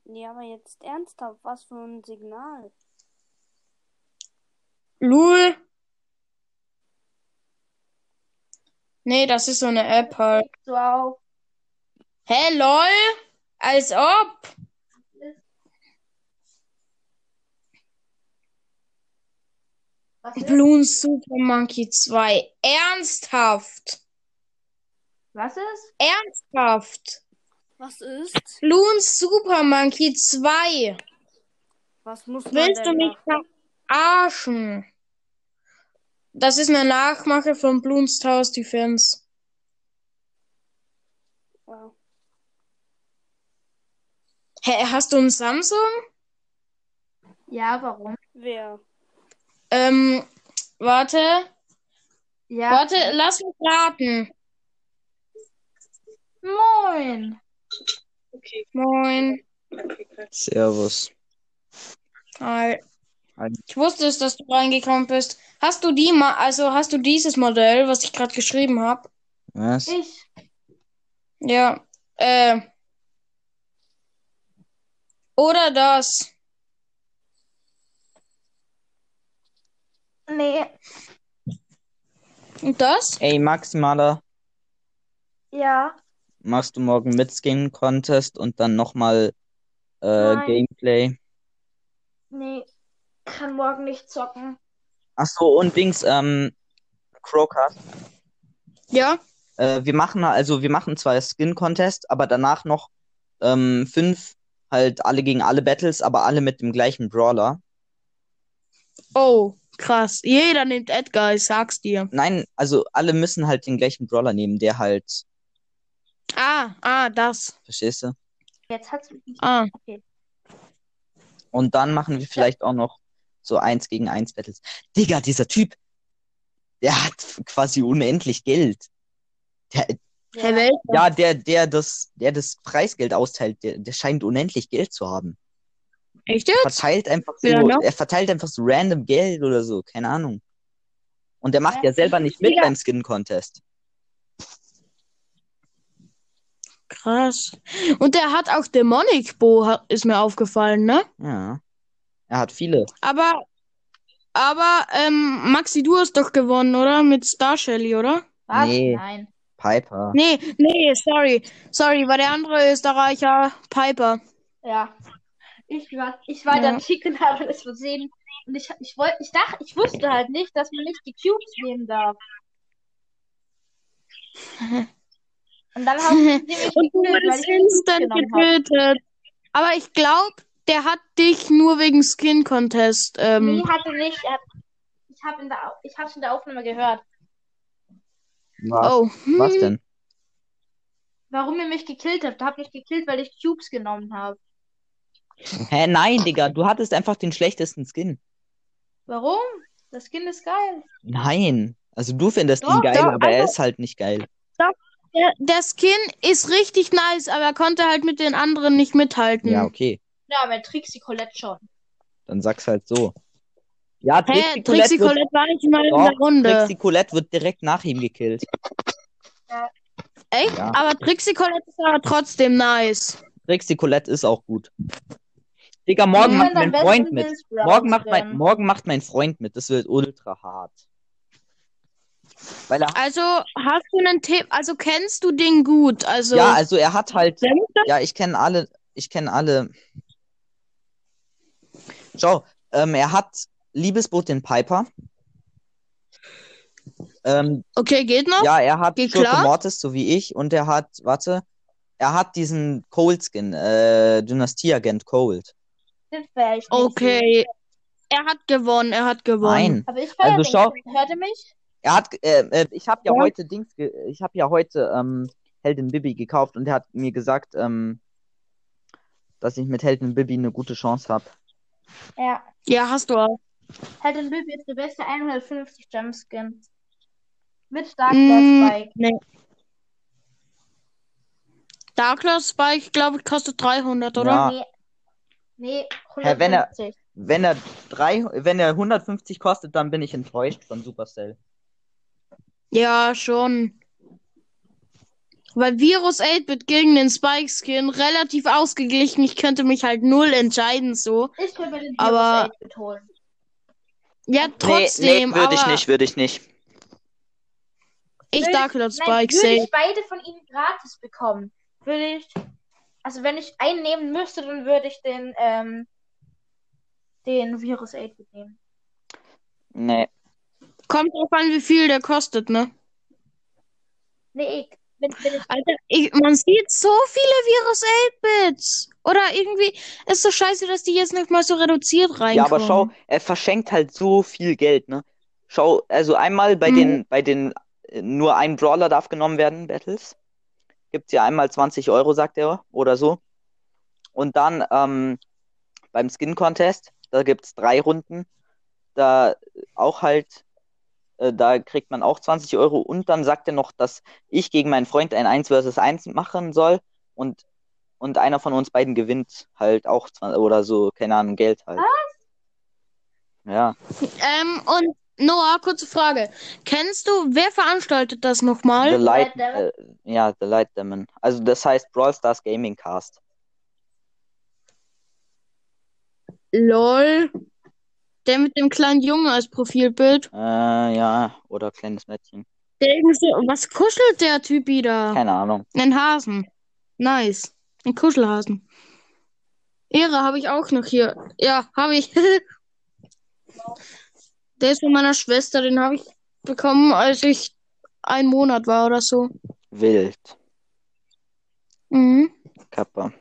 Speaker 5: Nee, aber jetzt ernsthaft, was für ein Signal?
Speaker 2: Lul. Nee, das ist so eine App halt.
Speaker 3: So auf.
Speaker 2: Hä, lol? Als ob?
Speaker 3: Was ist?
Speaker 2: Bloons Super Monkey 2. Ernsthaft?
Speaker 3: Was ist?
Speaker 2: Ernsthaft?
Speaker 5: Was ist?
Speaker 2: Bloons Super Monkey 2.
Speaker 5: Was muss man
Speaker 2: Willst du
Speaker 5: denn
Speaker 2: mich verarschen? Das ist eine Nachmache von Bloons House Defense.
Speaker 5: machen? Ja.
Speaker 2: Hä, hast du ein Samsung?
Speaker 3: Ja, warum?
Speaker 5: Wer?
Speaker 2: Ähm, warte.
Speaker 3: Ja.
Speaker 2: Warte, lass mich raten.
Speaker 3: Moin.
Speaker 2: Moin.
Speaker 8: Servus.
Speaker 2: Hi.
Speaker 8: Hi.
Speaker 2: Ich wusste es, dass du reingekommen bist. Hast du die ma also hast du dieses Modell, was ich gerade geschrieben habe?
Speaker 8: Was?
Speaker 3: Ich.
Speaker 2: Ja. Äh. Oder das.
Speaker 3: Nee.
Speaker 2: Und das?
Speaker 8: Ey, Maximaler,
Speaker 3: Ja.
Speaker 8: machst du morgen mit Skin Contest und dann nochmal äh,
Speaker 3: Nein.
Speaker 8: Gameplay?
Speaker 3: Nee. Kann morgen nicht zocken.
Speaker 8: Ach so, und Dings, ähm, Crowcast.
Speaker 2: Ja.
Speaker 8: Äh, wir machen also, wir machen zwar Skin Contest, aber danach noch ähm, fünf halt alle gegen alle Battles, aber alle mit dem gleichen Brawler.
Speaker 2: Oh, krass. Jeder nimmt Edgar, ich sag's dir.
Speaker 8: Nein, also alle müssen halt den gleichen Brawler nehmen, der halt,
Speaker 2: Ah, ah, das.
Speaker 8: verstehst du?
Speaker 3: Jetzt hat's mich nicht.
Speaker 2: Ah.
Speaker 8: Und dann machen wir vielleicht auch noch so eins gegen eins Battles. Digga, dieser Typ, der hat quasi unendlich Geld. Der,
Speaker 2: Herr Welt.
Speaker 8: ja, der, der das, der das Preisgeld austeilt, der, der scheint unendlich Geld zu haben.
Speaker 2: Echt
Speaker 8: Er
Speaker 2: jetzt?
Speaker 8: verteilt einfach so,
Speaker 2: Ja, ne?
Speaker 8: er verteilt einfach so random Geld oder so, keine Ahnung. Und der macht
Speaker 3: Ja.
Speaker 8: ja selber nicht mit
Speaker 2: Digga.
Speaker 8: beim Skin Contest.
Speaker 2: Krass. Und der hat auch Demonic Bo, ha- ist mir aufgefallen, ne?
Speaker 8: Ja. Er hat viele.
Speaker 2: Aber, aber, ähm, Maxi, du hast doch gewonnen, oder? Mit Star Shelly, oder?
Speaker 3: Was?
Speaker 8: Nee.
Speaker 3: Nein.
Speaker 8: Piper.
Speaker 2: Nee, nee, sorry. Sorry, war der andere Österreicher Piper.
Speaker 3: Ja. Ich war, ich war
Speaker 2: Ja.
Speaker 3: dann schick und habe das versehen. Und ich, ich wollte, ich dachte, ich wusste halt nicht, dass man nicht die Cubes nehmen darf. Und dann haben sie mich
Speaker 2: Und du
Speaker 3: gekillt, weil
Speaker 2: wurdest
Speaker 3: ich die Cubes
Speaker 2: instant
Speaker 3: genommen habe.
Speaker 2: getötet. Aber ich glaube, der hat dich nur wegen Skin Contest. Ähm,
Speaker 3: Nee, hatte nicht. Er hat, ich habe in der, Au- ich hab's in der Aufnahme gehört,
Speaker 8: Was,
Speaker 2: oh. Hm.
Speaker 8: was denn?
Speaker 3: warum ihr mich gekillt habt. Ihr habt mich gekillt, weil ich Cubes genommen habe.
Speaker 8: Hä, nein, Digga, du hattest einfach den schlechtesten Skin.
Speaker 3: Warum? Das Skin ist geil.
Speaker 8: Nein. Also du findest ihn
Speaker 2: Doch,
Speaker 8: geil,
Speaker 2: doch, also
Speaker 8: aber er ist halt nicht geil.
Speaker 2: Der, der Skin ist richtig nice, aber er konnte halt mit den anderen nicht mithalten.
Speaker 8: Ja, okay.
Speaker 3: Ja, mein Trixie Colette schon.
Speaker 8: Dann sag's halt so. Ja,
Speaker 2: Hä,
Speaker 8: Trixie
Speaker 2: Trixie
Speaker 8: Colette wird,
Speaker 2: Colette war nicht mal in
Speaker 8: doch,
Speaker 2: der Runde.
Speaker 8: Trixie Colette wird direkt nach ihm gekillt.
Speaker 2: Echt?
Speaker 8: Ja.
Speaker 2: Aber Trixie Colette ist aber trotzdem nice.
Speaker 8: Trixie Colette ist auch gut. Digga, morgen
Speaker 2: Ja,
Speaker 8: macht
Speaker 3: Und am
Speaker 8: mein
Speaker 3: besten
Speaker 8: Freund mit.
Speaker 3: sind's Browns
Speaker 8: Morgen macht, mein,
Speaker 3: drin.
Speaker 8: morgen macht mein Freund mit. Das wird ultra hart. Weil er,
Speaker 2: Also, hast du einen Tipp? Also, kennst du den gut? Also,
Speaker 8: ja, also er hat halt,
Speaker 2: der muss
Speaker 8: ja, ich kenne alle, ich kenne alle. Schau, ähm, er hat Liebesboot den Piper. Ähm,
Speaker 2: Okay, geht noch?
Speaker 8: Ja, er hat
Speaker 2: Geht
Speaker 8: Schurke
Speaker 2: klar?
Speaker 8: Mortis, so wie ich, und er hat, warte, er hat diesen Cold Skin, äh, Dynastieagent Cold.
Speaker 7: Das wäre ich nicht.
Speaker 2: Okay. Er hat gewonnen, er hat gewonnen.
Speaker 8: Nein.
Speaker 7: Aber ich
Speaker 8: Also
Speaker 7: höre dich.
Speaker 8: schau-
Speaker 7: Hört ihr mich?
Speaker 8: Er hat, äh, äh, ich habe ja heute Dings, ge ich habe ja heute ähm, Heldin Bibi gekauft und er hat mir gesagt, ähm, dass ich mit Heldin Bibi eine gute Chance habe.
Speaker 7: Ja.
Speaker 2: Ja, hast du auch.
Speaker 7: Halt den Bibi ist der beste 150 Jumpskin. Mit Dark
Speaker 2: Mm.
Speaker 7: Lord Spike.
Speaker 2: Darkler Spike, glaube ich, kostet 300, oder?
Speaker 8: Ja.
Speaker 7: Nee. Nee,
Speaker 8: Herr Wenner-
Speaker 7: 150.
Speaker 8: Wenn er drei, wenn er 150 kostet, dann bin ich enttäuscht von Supercell.
Speaker 2: Ja, schon. Weil Virus 8-Bit gegen den Spike-Skin relativ ausgeglichen. Ich könnte mich halt null entscheiden, so.
Speaker 7: ich will mir den
Speaker 2: Aber-
Speaker 7: Virus 8 holen.
Speaker 2: Ja, trotzdem,
Speaker 8: würde ich
Speaker 2: aber
Speaker 8: nicht, würde ich nicht.
Speaker 2: ich
Speaker 7: Nö,
Speaker 2: Darkler
Speaker 7: Nein,
Speaker 2: Spike
Speaker 7: würde
Speaker 2: sehe.
Speaker 7: ich beide von ihnen gratis bekommen, würde ich. Also wenn ich einen nehmen müsste, dann würde ich den, ähm, den Virus 8 nehmen.
Speaker 8: Nee.
Speaker 2: Kommt drauf an, wie viel der kostet, ne?
Speaker 7: Nee, ich, wenn, wenn ich,
Speaker 2: Alter, ich, man sieht so viele Virus 8-Bits. Oder irgendwie ist so scheiße, dass die jetzt nicht mal so reduziert reinkommen.
Speaker 8: Ja, aber schau, er verschenkt halt so viel Geld, ne? Schau, also einmal bei
Speaker 2: Mhm.
Speaker 8: den, bei den äh, nur ein Brawler darf genommen werden, Battles. Gibt's ja einmal 20 Euro, sagt er, oder so. Und dann ähm, beim Skin Contest, da gibt's drei Runden. Da äh, auch halt, äh, da kriegt man auch 20 Euro. Und dann sagt er noch, dass ich gegen meinen Freund ein 1 vs 1 machen soll und, und einer von uns beiden gewinnt halt auch 20 oder so, keine Ahnung, Geld halt. Ja.
Speaker 2: Ähm, und Noah, kurze Frage. Kennst du, wer veranstaltet das
Speaker 8: The
Speaker 2: nochmal?
Speaker 8: Light,
Speaker 7: Light Demon?
Speaker 8: äh, ja, The Light Demon. Also das heißt Brawl Stars Gaming Cast.
Speaker 2: LOL. Der mit dem kleinen Jungen als Profilbild.
Speaker 8: Äh, ja, oder kleines Mädchen.
Speaker 2: Der irgendwie so, was kuschelt der Typ wieder?
Speaker 8: Keine Ahnung.
Speaker 2: Einen Hasen. Nice. Ein Kuschelhasen. Ehre habe ich auch noch hier. Ja, habe ich. der ist von meiner Schwester, den habe ich bekommen, als ich ein Monat war oder so.
Speaker 8: Wild.
Speaker 2: Mhm.
Speaker 8: Kappa.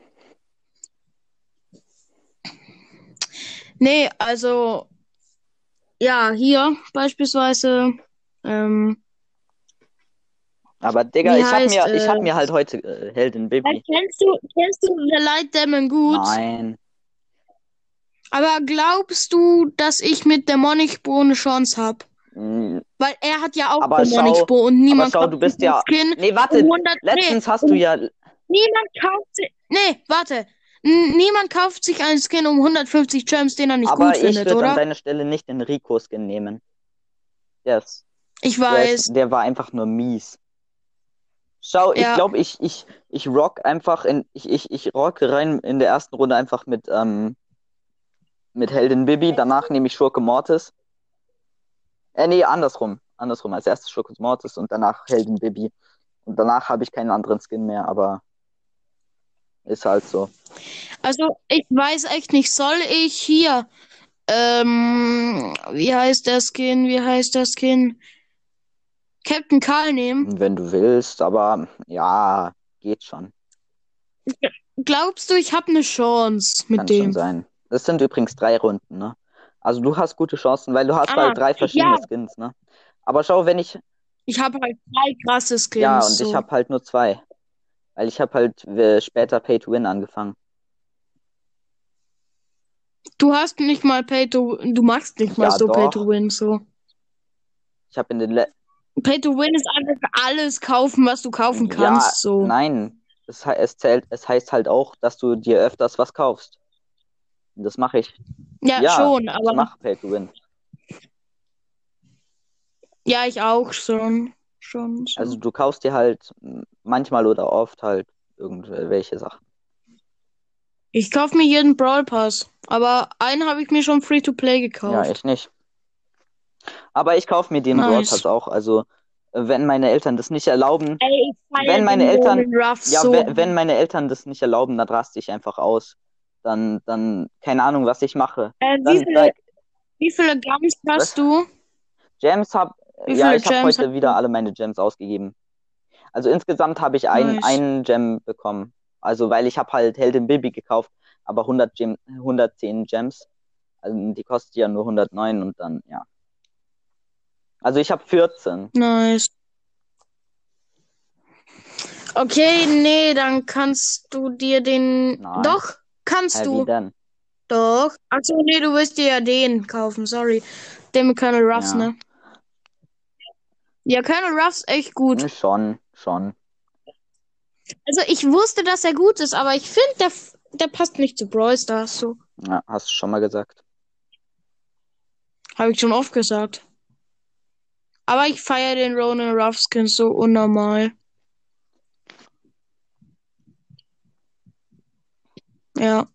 Speaker 2: Nee, also ja, hier beispielsweise. Ähm,
Speaker 8: Aber Digga,
Speaker 2: Wie
Speaker 8: ich hab
Speaker 2: heißt,
Speaker 8: mir, ich hab
Speaker 2: äh,
Speaker 8: mir halt heute äh, Heldin Baby.
Speaker 2: kennst du kennst du The Light Demon gut?
Speaker 8: Nein.
Speaker 2: Aber glaubst du, dass ich mit Demonic Bo eine Chance habe?
Speaker 8: Mm.
Speaker 2: Weil er hat ja auch
Speaker 8: Aber
Speaker 2: Demonic
Speaker 8: schau-
Speaker 2: Bo und niemand
Speaker 8: aber schau,
Speaker 2: kauft
Speaker 8: du bist
Speaker 2: diesen
Speaker 8: ja-
Speaker 2: Skin.
Speaker 8: Nee,
Speaker 2: um
Speaker 8: warte.
Speaker 2: 100, nee,
Speaker 8: Letztens hast du ja.
Speaker 2: niemand kauft sich. Nee, warte. N niemand kauft sich einen Skin um 150 Gems, den er nicht
Speaker 8: Aber
Speaker 2: gut
Speaker 8: ich
Speaker 2: findet,
Speaker 8: würde an
Speaker 2: oder?
Speaker 8: deiner Stelle nicht den Rico-Skin nehmen. Yes.
Speaker 2: Ich
Speaker 8: Der,
Speaker 2: weiß.
Speaker 8: ist, der war einfach nur mies. Schau, ich
Speaker 2: Ja.
Speaker 8: glaube, ich, ich, ich rock einfach in, ich, ich, ich rocke rein in der ersten Runde einfach mit, ähm, mit Heldin Bibi. Danach nehme ich Schurke Mortis. Äh, nee, andersrum. Andersrum. Als erstes Schurke Mortis und danach Heldin Bibi. Und danach habe ich keinen anderen Skin mehr, aber ist halt so.
Speaker 2: Also, ich weiß echt nicht, soll ich hier, ähm, wie heißt der Skin, wie heißt der Skin? Captain Karl nehmen?
Speaker 8: Wenn du willst, aber ja, geht schon.
Speaker 2: Glaubst du, ich habe eine Chance mit
Speaker 8: Kann schon
Speaker 2: dem?
Speaker 8: sein. Das sind übrigens drei Runden, ne? Also du hast gute Chancen, weil du hast
Speaker 2: Ah,
Speaker 8: halt drei verschiedene
Speaker 2: ja.
Speaker 8: Skins, ne? Aber schau, wenn ich.
Speaker 2: Ich habe halt drei krasse Skins.
Speaker 8: Ja, und
Speaker 2: so.
Speaker 8: ich habe halt nur zwei. Weil ich habe halt äh, später Pay to Win angefangen.
Speaker 2: Du hast nicht mal Pay to du machst nicht mal
Speaker 8: Ja,
Speaker 2: so Pay
Speaker 8: doch.
Speaker 2: to Win so.
Speaker 8: Ich habe in den letzten.
Speaker 2: Pay to Win ist einfach alles kaufen, was du kaufen
Speaker 8: Ja,
Speaker 2: kannst so.
Speaker 8: Nein. Es, he- es zählt, es heißt halt auch, dass du dir öfters was kaufst. Und das mache ich.
Speaker 2: Ja,
Speaker 8: ja,
Speaker 2: schon,
Speaker 8: Ich
Speaker 2: aber
Speaker 8: mache Pay to Win.
Speaker 2: ja, ich auch schon schon so.
Speaker 8: Also du kaufst dir halt m, manchmal oder oft halt irgendwelche Sachen.
Speaker 2: Ich kaufe mir jeden Brawl Pass, aber einen habe ich mir schon Free to Play gekauft.
Speaker 8: Ja, ich nicht. Aber ich kaufe mir den
Speaker 2: Nice.
Speaker 8: Brawl Pass auch. Also, äh, wenn meine Eltern das nicht erlauben,
Speaker 2: Ey, ich feier
Speaker 8: Wenn meine
Speaker 2: den
Speaker 8: Eltern-
Speaker 2: Roman Ruff
Speaker 8: ja,
Speaker 2: so.
Speaker 8: we- wenn meine Eltern das nicht erlauben, dann raste ich einfach aus. Dann, dann, keine Ahnung, was ich mache.
Speaker 2: äh, wie,
Speaker 8: Dann
Speaker 2: viele,
Speaker 8: sag,
Speaker 2: wie viele Gums
Speaker 8: Was?
Speaker 2: hast du?
Speaker 8: Gems hab,
Speaker 2: Wie
Speaker 8: ja,
Speaker 2: viele
Speaker 8: ich habe
Speaker 2: Gems
Speaker 8: heute
Speaker 2: hast
Speaker 8: wieder alle meine Gems ausgegeben. Also insgesamt habe ich ein,
Speaker 2: Nice.
Speaker 8: einen Gem bekommen. Also, weil ich habe halt Heldin Bibi gekauft. aber 100 Gem 110 Gems. Also die kostet ja nur 109 und dann, ja. Also ich habe 14.
Speaker 2: Nice. Okay, nee, dann kannst du dir den.
Speaker 8: Nein.
Speaker 2: Doch, kannst
Speaker 8: Hä,
Speaker 2: du.
Speaker 8: wie denn?
Speaker 2: Doch. Achso, nee, du willst dir ja den kaufen, sorry. Den mit Colonel Ruffs,
Speaker 8: Ja.
Speaker 2: ne? Ja, Colonel Ruffs ist echt gut.
Speaker 8: Hm, Schon, schon.
Speaker 2: Also ich wusste, dass er gut ist, aber ich finde, der, f- der passt nicht zu Brawl Stars. So.
Speaker 8: Ja, hast du schon mal gesagt.
Speaker 2: Habe ich schon oft gesagt. Aber ich feiere den Ronan Ruffskin so unnormal. Ja.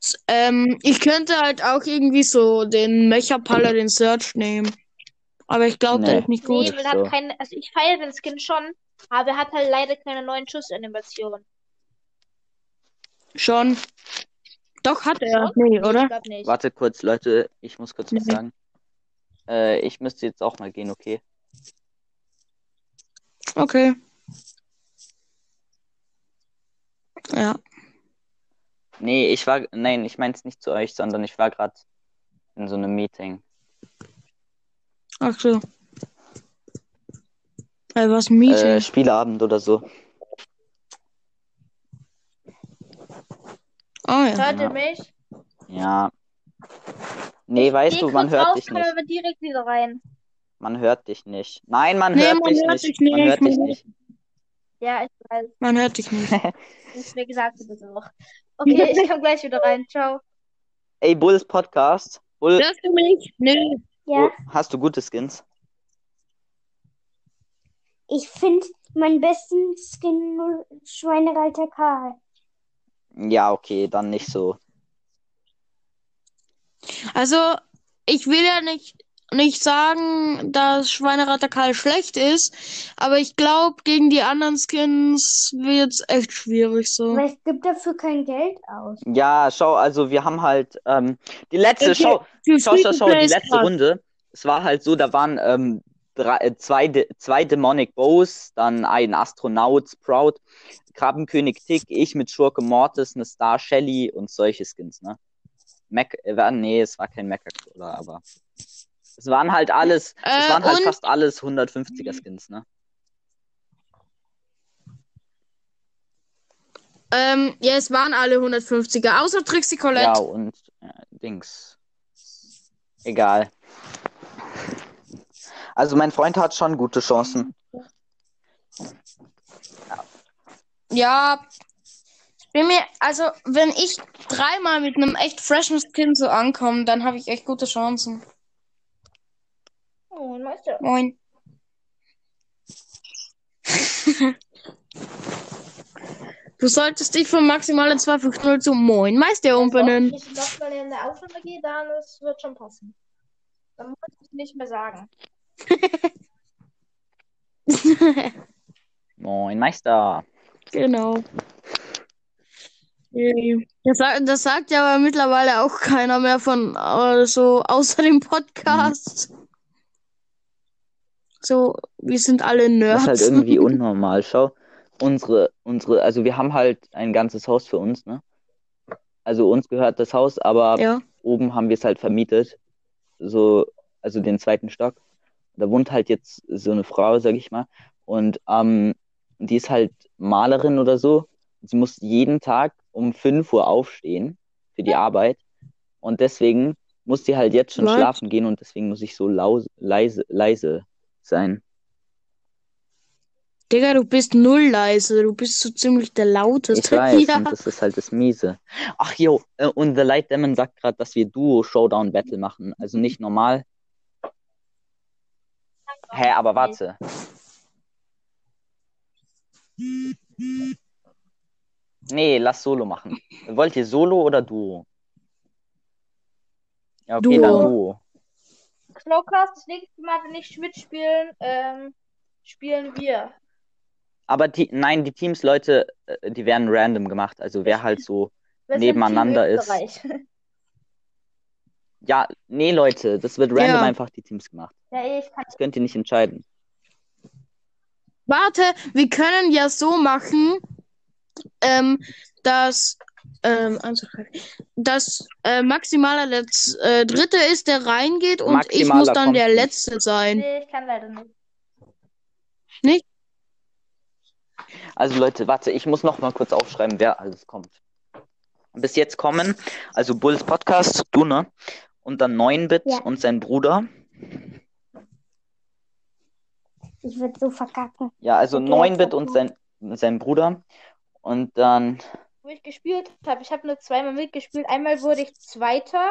Speaker 2: S ähm, ich könnte halt auch irgendwie so den Mecha Paladin Search nehmen. Aber ich glaube, der
Speaker 8: Nee.
Speaker 2: ist nicht
Speaker 3: Nee,
Speaker 2: gut.
Speaker 8: Nicht
Speaker 3: weil er hat
Speaker 8: so.
Speaker 3: keine, also ich feiere den Skin schon, aber er hat halt leider keine neuen Schussanimationen.
Speaker 2: Schon. Doch, hat er. Nee,
Speaker 3: Ich
Speaker 2: oder?
Speaker 3: glaube nicht.
Speaker 8: Warte kurz, Leute, ich muss kurz was
Speaker 2: Nee.
Speaker 8: sagen. Äh, ich müsste jetzt auch mal gehen, okay?
Speaker 2: Okay. Ja.
Speaker 8: Nee, ich war, nein, ich meins nicht zu euch, sondern ich war gerade in so einem Meeting.
Speaker 2: Ach so. Äh, was ein Meeting?
Speaker 8: Äh, Spieleabend oder so.
Speaker 2: Ah ja.
Speaker 3: Hört
Speaker 8: Ja.
Speaker 3: ihr mich?
Speaker 8: Ja. Nee, weißt
Speaker 3: Geh
Speaker 8: du, man
Speaker 3: kurz
Speaker 8: hört
Speaker 3: raus,
Speaker 8: dich
Speaker 3: komm
Speaker 8: nicht.
Speaker 3: aber direkt wieder rein.
Speaker 8: Man hört dich nicht. Nein, man
Speaker 2: Nee,
Speaker 8: hört
Speaker 2: man
Speaker 8: dich
Speaker 2: hört
Speaker 8: nicht.
Speaker 2: dich
Speaker 8: Man
Speaker 2: nicht,
Speaker 8: hört
Speaker 2: man
Speaker 8: dich
Speaker 2: hört-
Speaker 8: nicht.
Speaker 3: Ja, ich weiß.
Speaker 2: Man hört dich nicht.
Speaker 3: Du hast mir gesagt, du bist auch. Okay, ich komme gleich wieder rein. Ciao.
Speaker 8: Ey, Bulls Podcast. Bull,
Speaker 2: Hörst du mich? Nee.
Speaker 4: Ja,
Speaker 8: Bull, hast du gute Skins?
Speaker 4: ich finde meinen besten Skin nur Schweinereiter Karl.
Speaker 8: Ja, okay, dann nicht so.
Speaker 2: Also, ich will ja nicht, nicht sagen, dass Schweinerater Karl schlecht ist, aber ich glaube, gegen die anderen Skins wird's echt schwierig so.
Speaker 4: Weil es gibt dafür kein Geld aus.
Speaker 8: Ja, schau, also wir haben halt ähm, die letzte,
Speaker 2: Okay.
Speaker 8: schau,
Speaker 2: Für
Speaker 8: schau, schau, schau,
Speaker 2: Free-to-Play
Speaker 8: die
Speaker 2: ist
Speaker 8: letzte
Speaker 2: krass.
Speaker 8: Runde. Es war halt so, da waren ähm, drei, äh, zwei, De zwei Demonic Bows, dann ein Astronaut Sprout, Krabbenkönig Tick, ich mit Schurke Mortis, eine Star Shelly und solche Skins, ne? Mac, äh, war- nee, es war kein Mecha Cola, aber es waren halt alles, es
Speaker 2: Äh,
Speaker 8: waren halt
Speaker 2: und
Speaker 8: fast alles 150er Skins, ne?
Speaker 2: ähm, ja, es waren alle 150er, außer Trixie
Speaker 8: Ja,
Speaker 2: Colette.
Speaker 8: und äh, Dings. Egal. Also mein Freund hat schon gute Chancen.
Speaker 2: Ja, bin mir, also wenn ich dreimal mit einem echt freshen Skin so ankomme, dann habe ich echt gute Chancen.
Speaker 3: Oh, weißt du.
Speaker 2: Moin. Du solltest dich von maximale 250 zu Moin Meister
Speaker 3: Also, wenn
Speaker 2: umbenennen.
Speaker 3: ich nochmal in der Aufnahme gehe, dann das wird schon passen. Dann muss ich es nicht mehr sagen.
Speaker 8: Moin, Meister.
Speaker 2: Genau. Yay. Das, sagt- das sagt ja aber mittlerweile auch keiner mehr von, äh, so außer dem Podcast. So, wir sind alle
Speaker 8: Das ist halt
Speaker 2: Nerds.
Speaker 8: irgendwie unnormal. Schau, unsere, unsere, also wir haben halt ein ganzes Haus für uns, ne? Also uns gehört das Haus, aber
Speaker 2: Ja.
Speaker 8: oben haben wir es halt vermietet. So, also den zweiten Stock. Da wohnt halt jetzt so eine Frau, sag ich mal. Und ähm, die ist halt Malerin oder so. Sie muss jeden Tag um 5 Uhr aufstehen für die Arbeit. Und deswegen muss sie halt jetzt schon
Speaker 2: Läuft.
Speaker 8: schlafen gehen und deswegen muss ich so lau leise, leise sein.
Speaker 2: Digga, du bist null leise. Du bist so ziemlich der
Speaker 8: Ich
Speaker 2: Lauteste.
Speaker 8: weiß,
Speaker 2: Ja.
Speaker 8: und das ist halt das Miese. Ach jo, äh, und The Light Demon sagt gerade, dass wir Duo Showdown Battle machen. Also nicht normal. Hä, aber warte. Nee, lass Solo machen. Wollt ihr Solo oder Duo? Ja, okay, dann
Speaker 2: Duo.
Speaker 8: Duo.
Speaker 3: Snowcast, das nächste Mal, wenn ich mitspielen, ähm, spielen wir.
Speaker 8: Aber die, nein, die Teams, Leute, äh, die werden random gemacht. Also wer halt so
Speaker 3: Wir sind Team
Speaker 8: nebeneinander ist.
Speaker 3: Österreich.
Speaker 8: Ja, nee, Leute, das wird random
Speaker 2: Ja.
Speaker 8: einfach die Teams gemacht.
Speaker 3: Ja, ich kann.
Speaker 8: Das könnt ihr nicht entscheiden.
Speaker 2: Warte, wir können ja so machen, ähm, dass
Speaker 7: ähm, anzugreifen. Das äh, maximale Letz äh, Dritte ist, der reingeht und ich
Speaker 8: Maximaler
Speaker 7: muss dann
Speaker 8: kommt
Speaker 7: der
Speaker 8: nicht.
Speaker 7: Letzte sein.
Speaker 3: Nee, ich kann leider nicht.
Speaker 8: Also Leute, warte, ich muss noch mal kurz aufschreiben, wer alles kommt. Bis jetzt kommen, also Bulls Podcast, du, ne? Und dann 9-Bit
Speaker 5: Ja.
Speaker 8: und sein Bruder.
Speaker 5: Ich würde so verkacken.
Speaker 8: Ja, also
Speaker 5: Okay,
Speaker 8: 9-Bit
Speaker 5: jetzt
Speaker 8: und sein, sein Bruder. Und dann,
Speaker 3: Wo ich gespielt habe, ich habe nur zweimal mitgespielt. Einmal wurde ich Zweiter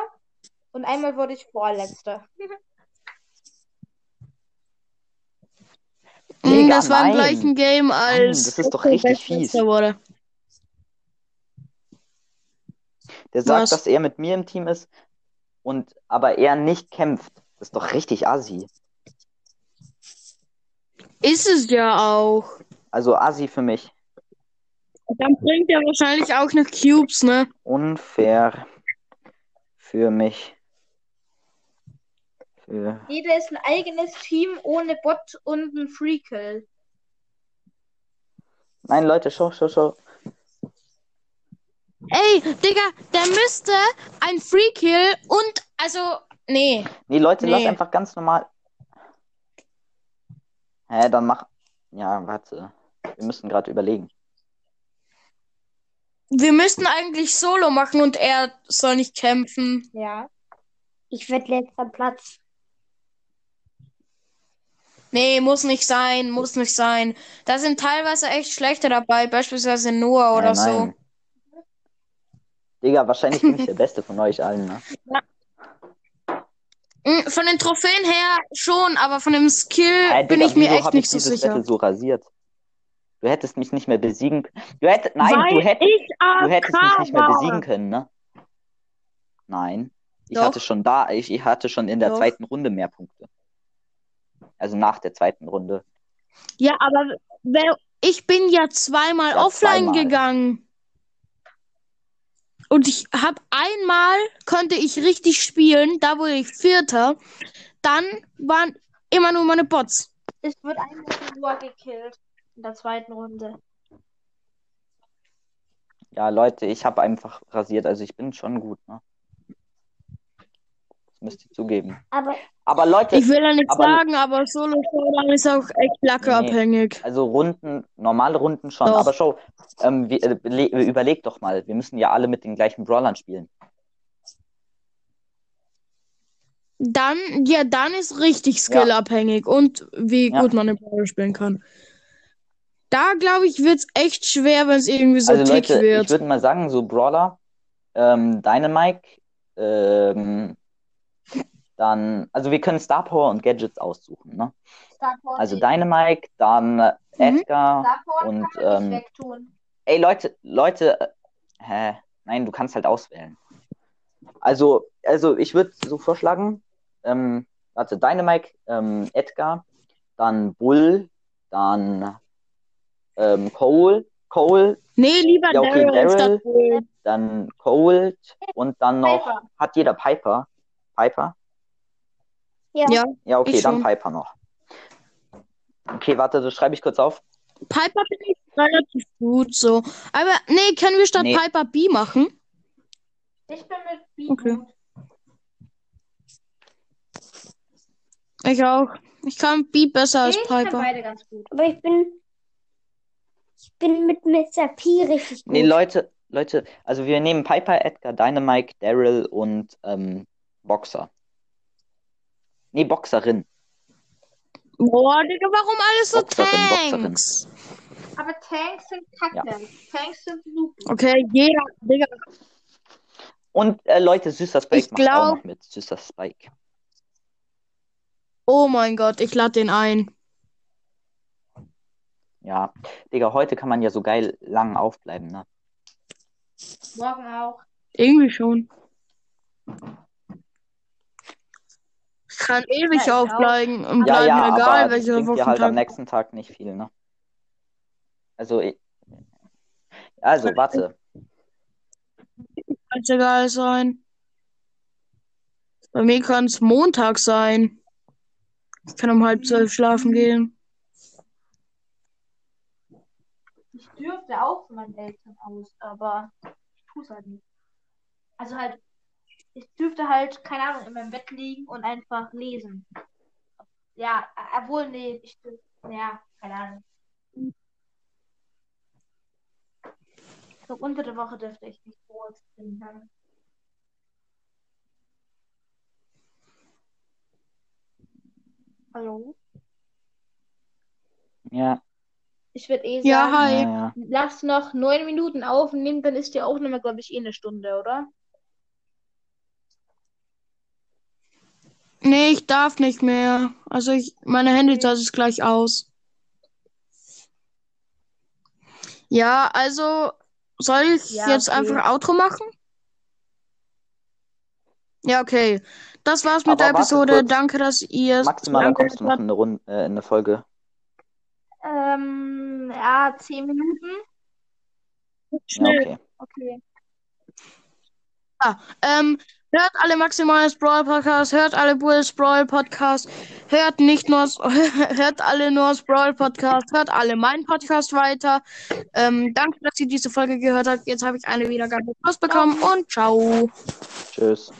Speaker 3: und einmal wurde ich Vorletzter.
Speaker 7: Mm,
Speaker 8: Digga,
Speaker 7: das war im
Speaker 8: nein.
Speaker 7: gleichen Game als.
Speaker 8: das ist doch
Speaker 7: Otto
Speaker 8: richtig
Speaker 7: Weltmeister
Speaker 8: fies.
Speaker 7: Wurde.
Speaker 8: der sagt,
Speaker 7: Was?
Speaker 8: dass er mit mir im Team ist, und aber er nicht kämpft. Das ist doch richtig assi.
Speaker 7: Ist es ja auch.
Speaker 8: Also assi für mich.
Speaker 7: Dann bringt er wahrscheinlich auch noch Cubes, ne?
Speaker 8: Unfair für mich. Für
Speaker 3: Jeder ist ein eigenes Team ohne Bot und ein Freakle.
Speaker 8: Nein, Leute, schau, schau, schau.
Speaker 7: Ey, Digga, der müsste ein Free Kill und also nee,
Speaker 8: Nee, Leute, lass
Speaker 7: Nee.
Speaker 8: einfach ganz normal. Hä, dann mach. Ja, warte. Wir müssen gerade überlegen.
Speaker 7: wir müssten eigentlich Solo machen und er soll nicht kämpfen.
Speaker 3: Ja.
Speaker 5: Ich werde letzter Platz.
Speaker 7: Nee, muss nicht sein, muss nicht sein. Da sind teilweise echt schlechte dabei, beispielsweise Noah oder
Speaker 8: nein, nein. Digga, wahrscheinlich bin ich der Beste von euch allen, ne?
Speaker 7: so. Mm, Von den Trophäen her schon, aber von dem Skill
Speaker 8: Hä,
Speaker 7: bin
Speaker 8: Äh, Digga,
Speaker 7: ich mir
Speaker 8: wieso
Speaker 7: echt
Speaker 8: hab
Speaker 7: nicht so
Speaker 8: ich dieses
Speaker 7: sicher.
Speaker 8: Battle so rasiert? Du hättest mich nicht mehr besiegen. Du hättest. Nein, du hättest.
Speaker 7: Ah,
Speaker 8: Du hättest mich nicht mehr besiegen können, ne? Nein. Ich
Speaker 7: Doch.
Speaker 8: hatte schon da, ich, ich hatte schon in der
Speaker 7: Doch.
Speaker 8: zweiten Runde mehr Punkte. Also nach der zweiten Runde.
Speaker 7: Ja, aber wer, ich bin ja zweimal
Speaker 8: Ja,
Speaker 7: offline
Speaker 8: zweimal.
Speaker 7: gegangen. Und ich habe einmal konnte ich richtig spielen, da wurde ich Vierter. Dann waren immer nur meine Bots.
Speaker 3: Es wird einmal nur gekillt in der zweiten Runde.
Speaker 8: Ja, Leute, ich habe einfach rasiert, also ich bin schon gut, ne? Das müsst ihr zugeben.
Speaker 5: Aber
Speaker 8: Aber Leute,
Speaker 7: Ich will ja nichts
Speaker 8: aber-
Speaker 7: sagen, aber Solo Showdown ist auch echt lackeabhängig.
Speaker 8: also Runden, normale Runden schon,
Speaker 7: Doch.
Speaker 8: aber schau, ähm, wir, äh, le- überleg doch mal, wir müssen ja alle mit den gleichen Brawlern spielen.
Speaker 7: Dann, ja, dann ist richtig skillabhängig und wie
Speaker 8: Ja.
Speaker 7: gut man eine Brawler spielen kann. Da glaube ich, wird's echt schwer, wenn es irgendwie so
Speaker 8: also
Speaker 7: tick
Speaker 8: Leute,
Speaker 7: wird.
Speaker 8: ich würde mal sagen, so Brawler, ähm, Dynamike, ähm, dann, also wir können Star Power und Gadgets aussuchen, ne?
Speaker 3: Star Power
Speaker 8: Also
Speaker 3: nicht.
Speaker 8: Dynamike, dann äh,
Speaker 7: Mhm.
Speaker 8: Edgar
Speaker 3: Star Power
Speaker 8: und
Speaker 3: kann man
Speaker 8: ähm,
Speaker 3: nicht wegtun.
Speaker 8: Ey, Leute, Leute, äh, hä? Nein, du kannst halt auswählen. Also, also ich würde so vorschlagen, ähm, warte, Dynamike, ähm, Edgar, dann Bull, dann ähm, Cole, Cole,
Speaker 7: Nee, lieber
Speaker 8: Ja, okay,
Speaker 7: Ah, Daryl
Speaker 8: Daryl.
Speaker 7: statt Bull.
Speaker 8: dann Cold und dann noch,
Speaker 3: Piper.
Speaker 8: hat jeder Piper? Piper?
Speaker 5: ja,
Speaker 7: Ja.
Speaker 8: Ja, okay,
Speaker 7: Ich
Speaker 8: dann
Speaker 7: schon.
Speaker 8: Piper noch. Okay, warte, das schreibe ich kurz auf.
Speaker 7: Piper bin ich relativ gut so. Aber nee, können wir statt
Speaker 8: Nee.
Speaker 7: Piper B machen?
Speaker 3: Ich bin mit B.
Speaker 7: Okay. Ich auch. Ich kann B besser als
Speaker 3: ich bin
Speaker 7: Piper.
Speaker 3: beide ganz gut.
Speaker 5: aber ich bin. Ich bin mit Mr. P richtig gut.
Speaker 8: Nee, Leute, Leute, also wir nehmen Piper, Edgar, Dynamike, Daryl und ähm, Boxer. Nee, Boxerin.
Speaker 7: Boah, Digga, warum alles so
Speaker 8: Boxerin, Boxerin.
Speaker 7: Tanks?
Speaker 3: Aber Tanks sind Kacke. Tanks sind Lupen.
Speaker 7: Okay, jeder, Digga.
Speaker 8: Und äh, Leute, süßer Spike
Speaker 7: Ich
Speaker 8: macht auch
Speaker 7: glaub-
Speaker 8: noch mit. Süßer Spike.
Speaker 7: Oh mein Gott, ich lade den ein.
Speaker 8: Ja. Digga, heute kann man ja so geil lang aufbleiben, ne?
Speaker 3: Morgen auch.
Speaker 7: Irgendwie schon. Ich kann
Speaker 3: Ja,
Speaker 7: ewig
Speaker 3: ich auch.
Speaker 7: aufbleiben und
Speaker 8: Ja,
Speaker 7: bleiben,
Speaker 8: ja,
Speaker 7: egal
Speaker 8: aber das
Speaker 7: welcher
Speaker 8: bringt dir halt am
Speaker 7: Wochentag.
Speaker 8: nächsten Tag nicht viel, ne? Also, ich-
Speaker 7: Äh,
Speaker 8: also, warte.
Speaker 7: Kann's egal sein. Bei mir kann es Montag sein. Ich kann um halb zwölf schlafen gehen.
Speaker 3: Ich dürfte auch von meinen Eltern aus, aber tue es halt nicht. Also halt, ich dürfte halt, keine Ahnung, in meinem Bett liegen und einfach lesen. Ja, äh, obwohl, nee, ich dürfte, ja, keine Ahnung. Ich glaube, unter der Woche dürfte ich nicht groß finden. Hallo?
Speaker 8: Ja,
Speaker 3: Ich würde eh
Speaker 7: Ja,
Speaker 3: sagen,
Speaker 7: hi.
Speaker 8: ja, ja.
Speaker 3: lass noch neun Minuten aufnehmen, dann ist die Aufnahme, glaube ich, eh eine Stunde, oder?
Speaker 7: Nee, ich darf nicht mehr. Also ich, meine Handyzeit ist gleich aus. Ja, also soll ich
Speaker 3: Ja,
Speaker 7: jetzt
Speaker 3: okay.
Speaker 7: einfach Outro machen? Ja, okay. Das war's mit
Speaker 8: Aber
Speaker 7: der
Speaker 8: warte
Speaker 7: Episode.
Speaker 8: kurz.
Speaker 7: Danke, dass ihr
Speaker 8: Maximal
Speaker 7: angeguckt
Speaker 8: brauchst du noch eine Runde, äh, eine Folge.
Speaker 3: Ähm, ja, zehn Minuten.
Speaker 8: Ja, okay.
Speaker 3: Okay.
Speaker 7: Ähm, hört alle Maximales Brawl Podcast, hört alle Bulls Brawl Podcast, hört nicht nur, hört alle nur Brawl Podcast, hört alle meinen Podcast weiter. Ähm, danke, dass ihr diese Folge gehört habt. Jetzt habe ich eine Wiedergabe bekommen und ciao.
Speaker 8: Tschüss.